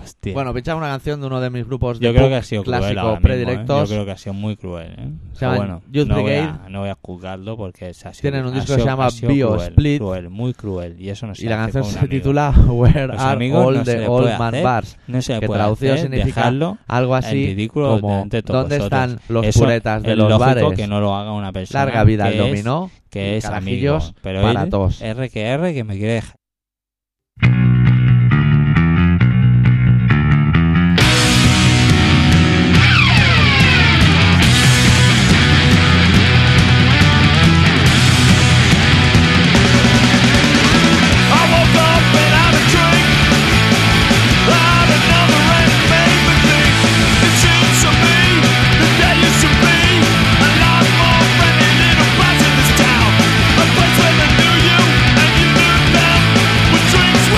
[SPEAKER 1] Hostia.
[SPEAKER 2] Bueno, pinchamos una canción de uno de mis grupos de
[SPEAKER 1] Yo creo
[SPEAKER 2] punk
[SPEAKER 1] que ha sido cruel
[SPEAKER 2] clásico
[SPEAKER 1] ahora mismo, ¿eh?
[SPEAKER 2] predilectos.
[SPEAKER 1] Yo creo que ha sido muy cruel, ¿eh?
[SPEAKER 2] Se
[SPEAKER 1] Pero
[SPEAKER 2] llaman
[SPEAKER 1] bueno,
[SPEAKER 2] Youth
[SPEAKER 1] no voy, a,
[SPEAKER 2] Brigade.
[SPEAKER 1] no voy a juzgarlo porque se ha sido
[SPEAKER 2] Tienen un
[SPEAKER 1] ha
[SPEAKER 2] disco que
[SPEAKER 1] sido-
[SPEAKER 2] se llama
[SPEAKER 1] ha sido
[SPEAKER 2] Bio
[SPEAKER 1] cruel,
[SPEAKER 2] Split.
[SPEAKER 1] Cruel, muy cruel. Y eso no se
[SPEAKER 2] Y la
[SPEAKER 1] hace con
[SPEAKER 2] canción
[SPEAKER 1] un
[SPEAKER 2] se
[SPEAKER 1] amigo.
[SPEAKER 2] titula *laughs* Where
[SPEAKER 1] Los
[SPEAKER 2] Are
[SPEAKER 1] amigos
[SPEAKER 2] All
[SPEAKER 1] no se
[SPEAKER 2] the
[SPEAKER 1] le
[SPEAKER 2] Old
[SPEAKER 1] puede
[SPEAKER 2] Man
[SPEAKER 1] hacer.
[SPEAKER 2] Bars?
[SPEAKER 1] No se
[SPEAKER 2] que
[SPEAKER 1] puede
[SPEAKER 2] traducido
[SPEAKER 1] hacer,
[SPEAKER 2] significa
[SPEAKER 1] dejarlo
[SPEAKER 2] Algo
[SPEAKER 1] en
[SPEAKER 2] así
[SPEAKER 1] ridículo
[SPEAKER 2] como
[SPEAKER 1] delante de todos
[SPEAKER 2] ¿Dónde
[SPEAKER 1] vosotros.
[SPEAKER 2] están los
[SPEAKER 1] Eso
[SPEAKER 2] puretas de
[SPEAKER 1] es
[SPEAKER 2] los
[SPEAKER 1] lógico
[SPEAKER 2] bares?
[SPEAKER 1] que no lo haga una persona
[SPEAKER 2] Larga vida
[SPEAKER 1] que
[SPEAKER 2] al
[SPEAKER 1] es-
[SPEAKER 2] dominó.
[SPEAKER 1] que es amigo.
[SPEAKER 2] carajillos
[SPEAKER 1] Pero
[SPEAKER 2] para
[SPEAKER 1] él,
[SPEAKER 2] todos.
[SPEAKER 1] R que R que me quiere dejar.
[SPEAKER 4] I woke up and had a drink. Had another and it made me think. It seems to me that there used to be a lot more friendly little bars in this town. A place where they knew you and you knew them.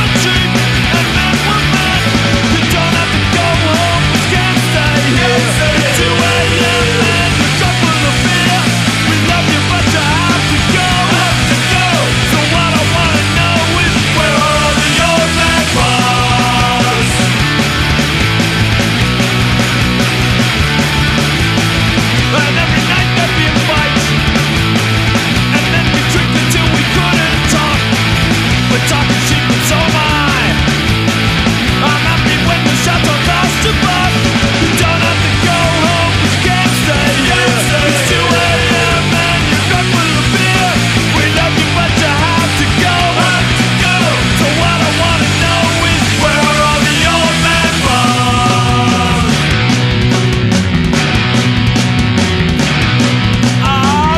[SPEAKER 4] Ah,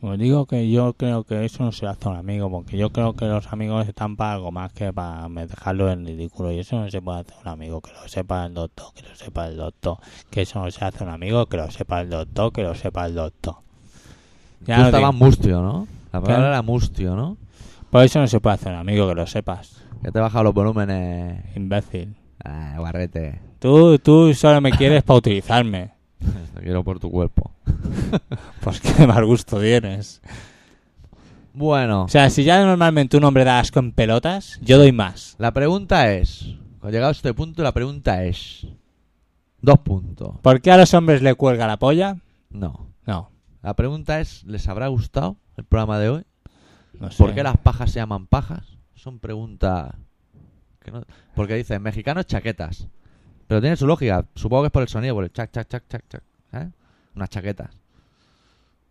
[SPEAKER 1] Pues digo que yo creo que eso no se hace a un amigo, porque yo creo que los amigos están para algo más que para me- dejarlo en ridículo. Y eso no se puede hacer a un amigo, que lo sepa el doctor, que lo sepa el doctor. Que eso no se hace a un amigo, que lo sepa el doctor, que lo sepa el doctor. Ya
[SPEAKER 2] Tú
[SPEAKER 1] no
[SPEAKER 2] estabas
[SPEAKER 1] digo-
[SPEAKER 2] mustio, ¿no? La palabra
[SPEAKER 1] Claro.
[SPEAKER 2] era mustio, ¿no?
[SPEAKER 1] Por eso no se puede hacer a un amigo, que lo sepas.
[SPEAKER 2] Que te he bajado los volúmenes.
[SPEAKER 1] Imbécil.
[SPEAKER 2] Ah, guarrete.
[SPEAKER 1] Tú, tú solo me quieres para utilizarme.
[SPEAKER 2] Te quiero por tu cuerpo.
[SPEAKER 1] Pues *laughs* qué mal gusto tienes.
[SPEAKER 2] Bueno,
[SPEAKER 1] O sea, si ya normalmente un hombre da asco en pelotas, yo doy más.
[SPEAKER 2] la pregunta es... Cuando llegado a este punto, la pregunta es... Dos puntos.
[SPEAKER 1] ¿Por qué a los hombres le cuelga la polla?
[SPEAKER 2] No.
[SPEAKER 1] No,
[SPEAKER 2] La pregunta es, ¿les habrá gustado el programa de hoy?
[SPEAKER 1] no sé.
[SPEAKER 2] ¿Por qué las pajas se llaman pajas? Son preguntas... Que no... Porque dicen, mexicanos chaquetas. Pero tiene su lógica. Supongo que es por el sonido, por el chac, chac, chac, chac, chac. ¿eh? Unas chaquetas.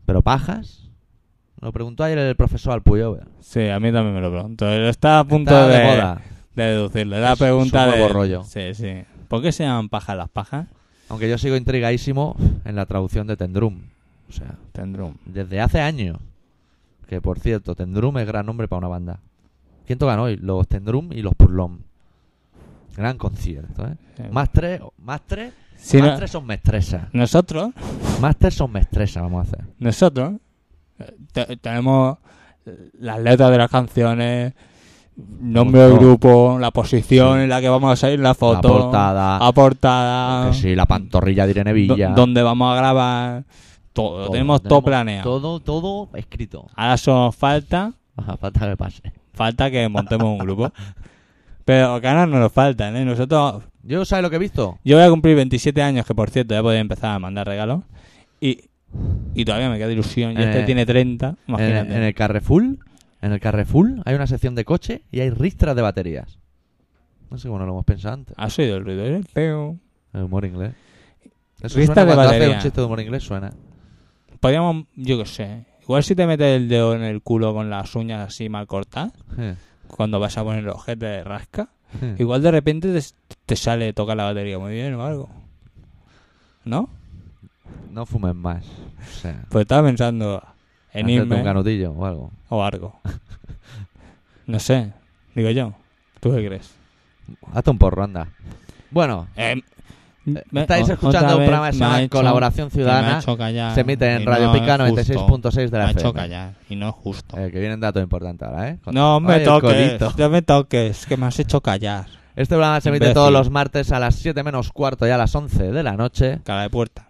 [SPEAKER 2] ¿Pero pajas? Lo preguntó ayer el profesor al Puyover.
[SPEAKER 1] Sí, a mí también me lo pregunto. Está a punto
[SPEAKER 2] Está
[SPEAKER 1] de,
[SPEAKER 2] de moda.
[SPEAKER 1] de deducirlo. La
[SPEAKER 2] Es- es un
[SPEAKER 1] pregunta
[SPEAKER 2] nuevo
[SPEAKER 1] de...
[SPEAKER 2] rollo.
[SPEAKER 1] Sí, sí. ¿Por qué se llaman pajas las pajas?
[SPEAKER 2] Aunque yo sigo intrigadísimo en la traducción de Tendrum. O sea,
[SPEAKER 1] Tendrum.
[SPEAKER 2] desde hace años. Que por cierto, Tendrum es gran nombre para una banda. ¿Quién tocan hoy? Los Tendrum y los Purlom. Gran concierto, ¿eh?
[SPEAKER 1] Sí.
[SPEAKER 2] Más tres, más tres,
[SPEAKER 1] Si
[SPEAKER 2] más
[SPEAKER 1] no-
[SPEAKER 2] tres son mestresas.
[SPEAKER 1] Nosotros,
[SPEAKER 2] Más tres son mestresas, vamos a hacer.
[SPEAKER 1] nosotros, eh, te- tenemos las letras de las canciones, nombre del
[SPEAKER 2] Mucho.
[SPEAKER 1] grupo, la posición
[SPEAKER 2] Sí.
[SPEAKER 1] en la que vamos a salir, la foto,
[SPEAKER 2] la portada,
[SPEAKER 1] la portada,
[SPEAKER 2] que sí, la pantorrilla de Irene
[SPEAKER 1] ah. do-
[SPEAKER 2] Villa.
[SPEAKER 1] dónde vamos a grabar, todo, lo
[SPEAKER 2] Todo,
[SPEAKER 1] tenemos todo planeado.
[SPEAKER 2] Todo, todo escrito. *laughs*
[SPEAKER 1] Ahora solo falta
[SPEAKER 2] Ajá, falta que pase.
[SPEAKER 1] falta que montemos un
[SPEAKER 2] *laughs*
[SPEAKER 1] grupo. Pero ganas no nos faltan, ¿eh? Nosotros,
[SPEAKER 2] ¿Yo sabes lo que he visto?
[SPEAKER 1] yo voy a cumplir 27 años, que por cierto ya podía empezar a mandar regalos. Y, y todavía me queda ilusión. Y este
[SPEAKER 2] Eh,
[SPEAKER 1] tiene 30,
[SPEAKER 2] En el,
[SPEAKER 1] imagínate.
[SPEAKER 2] en el Carrefour, en el Carrefour hay una sección de coche y hay ristras de baterías. No sé cómo no lo hemos pensado antes.
[SPEAKER 1] ¿Has oído el ruido? ¿Eh? del peo?
[SPEAKER 2] El humor inglés. Eso
[SPEAKER 1] Ristra
[SPEAKER 2] suena
[SPEAKER 1] de
[SPEAKER 2] cuando hace
[SPEAKER 1] batería.
[SPEAKER 2] un chiste de humor inglés suena. eh.
[SPEAKER 1] Podríamos, yo qué sé. Igual si te metes el dedo en el culo con las uñas así mal cortadas,
[SPEAKER 2] Eh,
[SPEAKER 1] cuando vas a poner el ojete de rasca,
[SPEAKER 2] eh.
[SPEAKER 1] igual de repente te, te sale tocar la batería muy bien o algo. ¿No?
[SPEAKER 2] No fumes más. O sea,
[SPEAKER 1] Pues estaba pensando *laughs* en
[SPEAKER 2] hacerte
[SPEAKER 1] irme.
[SPEAKER 2] un canutillo o algo.
[SPEAKER 1] o algo. No sé, digo yo. ¿Tú qué crees?
[SPEAKER 2] Hazte un porro, anda. Bueno,
[SPEAKER 1] Eh, me-
[SPEAKER 2] Mm, estáis
[SPEAKER 1] o-
[SPEAKER 2] escuchando
[SPEAKER 1] otra
[SPEAKER 2] un
[SPEAKER 1] vez
[SPEAKER 2] programa que se
[SPEAKER 1] me ha
[SPEAKER 2] llama
[SPEAKER 1] hecho-
[SPEAKER 2] Colaboración
[SPEAKER 1] que me ha
[SPEAKER 2] Ciudadana.
[SPEAKER 1] hecho callar
[SPEAKER 2] Se emite en
[SPEAKER 1] y
[SPEAKER 2] Radio
[SPEAKER 1] no
[SPEAKER 2] Pica
[SPEAKER 1] es justo.
[SPEAKER 2] 96.6 de
[SPEAKER 1] Me
[SPEAKER 2] la
[SPEAKER 1] ha hecho
[SPEAKER 2] FM.
[SPEAKER 1] callar y no es justo.
[SPEAKER 2] Eh, que vienen datos importantes ahora, ¿eh? Con-
[SPEAKER 1] no me
[SPEAKER 2] Ay, el
[SPEAKER 1] toques,
[SPEAKER 2] codito.
[SPEAKER 1] no me toques, que me has hecho callar.
[SPEAKER 2] Este programa se emite
[SPEAKER 1] Imbécil.
[SPEAKER 2] todos los martes a las 7 menos cuarto y a las 11 de la noche.
[SPEAKER 1] Cara de puerta.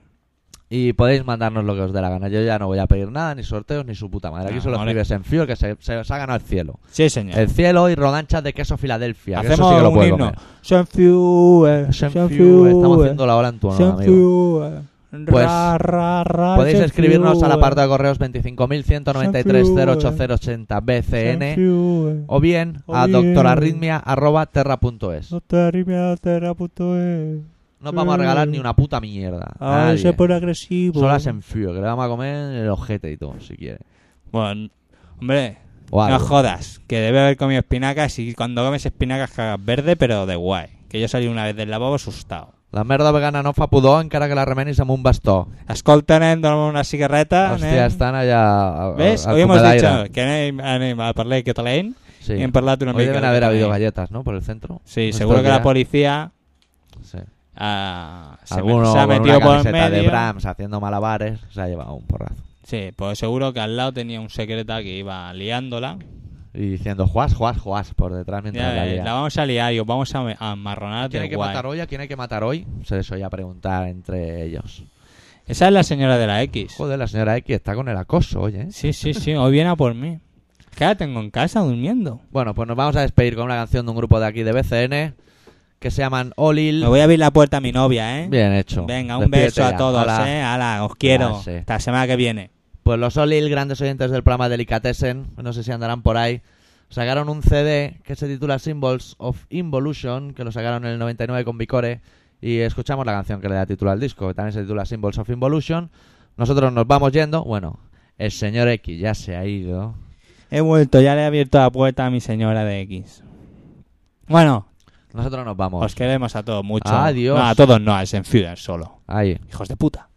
[SPEAKER 2] Y podéis mandarnos lo que os dé la gana. Yo ya no voy a pedir nada, ni sorteos, ni su puta madre. Aquí
[SPEAKER 1] No,
[SPEAKER 2] solo
[SPEAKER 1] Ah, vale.
[SPEAKER 2] escribes en Fior que se, se os ha ganado el cielo.
[SPEAKER 1] Sí, señor.
[SPEAKER 2] El cielo y rodanchas de queso Filadelfia. que eso
[SPEAKER 1] Hacemos
[SPEAKER 2] sí que lo
[SPEAKER 1] un
[SPEAKER 2] puedo
[SPEAKER 1] himno.
[SPEAKER 2] comer.
[SPEAKER 1] Sean fuel,
[SPEAKER 2] Sean
[SPEAKER 1] sean
[SPEAKER 2] Fior, Estamos
[SPEAKER 1] fuel,
[SPEAKER 2] haciendo la ola en tu honor,
[SPEAKER 1] sean
[SPEAKER 2] amigo.
[SPEAKER 1] fuel.
[SPEAKER 2] Pues,
[SPEAKER 1] Ra, ra, ra,
[SPEAKER 2] Podéis
[SPEAKER 1] sean
[SPEAKER 2] escribirnos al
[SPEAKER 1] fuel,
[SPEAKER 2] apartado de correos 25.193.08080
[SPEAKER 1] sean
[SPEAKER 2] BCN
[SPEAKER 1] fuel.
[SPEAKER 2] o bien
[SPEAKER 1] O
[SPEAKER 2] a
[SPEAKER 1] bien.
[SPEAKER 2] doctorarritmia.terra.es.
[SPEAKER 1] te arrimes a terra punto es.
[SPEAKER 2] No os vamos a regalar ni una puta mierda. a
[SPEAKER 1] Ay,
[SPEAKER 2] nadie.
[SPEAKER 1] se pone agresivo.
[SPEAKER 2] Solo las en Fior, que le vamos a comer el ojete y todo, si quiere.
[SPEAKER 1] Bueno, hombre,
[SPEAKER 2] O algo.
[SPEAKER 1] no jodas, que debe haber comido espinacas y cuando comes espinacas cagas verde, pero de guay. Que yo salí una vez del lavabo asustado.
[SPEAKER 2] La merda vegana no fa pudor encara que la remenis amb un bastó.
[SPEAKER 1] Escolta, nen, dona'm una cigarreta,
[SPEAKER 2] Hòstia,
[SPEAKER 1] Ah, nen.
[SPEAKER 2] estan allà... a- a-
[SPEAKER 1] ¿Ves?
[SPEAKER 2] al
[SPEAKER 1] Hoy hemos
[SPEAKER 2] Cucadaire.
[SPEAKER 1] dicho que anem, anem a parlar catalán
[SPEAKER 2] Sí.
[SPEAKER 1] y en parlat una
[SPEAKER 2] Hoy
[SPEAKER 1] mica
[SPEAKER 2] deben
[SPEAKER 1] de
[SPEAKER 2] haber habido
[SPEAKER 1] catalán.
[SPEAKER 2] galletas, ¿no? Por el centro.
[SPEAKER 1] Sí,
[SPEAKER 2] Nuestro
[SPEAKER 1] seguro que
[SPEAKER 2] día.
[SPEAKER 1] la policía
[SPEAKER 2] Sí.
[SPEAKER 1] ah, se, me-
[SPEAKER 2] Alguno
[SPEAKER 1] se ha
[SPEAKER 2] con
[SPEAKER 1] metido
[SPEAKER 2] una
[SPEAKER 1] por
[SPEAKER 2] camiseta
[SPEAKER 1] medio.
[SPEAKER 2] de Brahms haciendo malabares se ha llevado un porrazo.
[SPEAKER 1] Sí, pues seguro que al lado tenía un secreta que iba liándola.
[SPEAKER 2] Y diciendo, juas, juas, juas, por detrás mientras
[SPEAKER 1] Ya,
[SPEAKER 2] la
[SPEAKER 1] eh,
[SPEAKER 2] lía.
[SPEAKER 1] la vamos a liar y os vamos a, a amarronar
[SPEAKER 2] ¿Quién
[SPEAKER 1] de
[SPEAKER 2] hay que
[SPEAKER 1] guay.
[SPEAKER 2] matar hoy? ¿A quién hay que matar hoy? Se les oía preguntar entre ellos.
[SPEAKER 1] Esa es la señora de la X.
[SPEAKER 2] *laughs* Joder, la señora X está con el acoso, oye.
[SPEAKER 1] Sí, sí, sí, hoy viene a por mí. Que la tengo en casa durmiendo.
[SPEAKER 2] Bueno, pues nos vamos a despedir con una canción de un grupo de aquí de BCN que se llaman Olil.
[SPEAKER 1] Me voy a abrir la puerta a mi novia, ¿eh?
[SPEAKER 2] Bien hecho.
[SPEAKER 1] Venga, un
[SPEAKER 2] Despídete
[SPEAKER 1] beso a
[SPEAKER 2] ya.
[SPEAKER 1] todos,
[SPEAKER 2] Hala.
[SPEAKER 1] ¿eh? Hala, os quiero.
[SPEAKER 2] sí.
[SPEAKER 1] Hasta la semana que viene.
[SPEAKER 2] Pues los Olil, grandes oyentes del programa Delicatessen, no sé si andarán por ahí, sacaron un CD que se titula Symbols of Involution, que lo sacaron en el 99 con Vicore, y escuchamos la canción que le da título al disco, que también se titula Symbols of Involution. Nosotros nos vamos yendo, bueno, el señor X ya se ha ido.
[SPEAKER 1] He vuelto, ya le he abierto la puerta a mi señora de X. Bueno,
[SPEAKER 2] Nosotros nos vamos.
[SPEAKER 1] os queremos a todos mucho.
[SPEAKER 2] Adiós.
[SPEAKER 1] No, a todos no, a Senfuder solo.
[SPEAKER 2] Ahí.
[SPEAKER 1] Hijos de puta.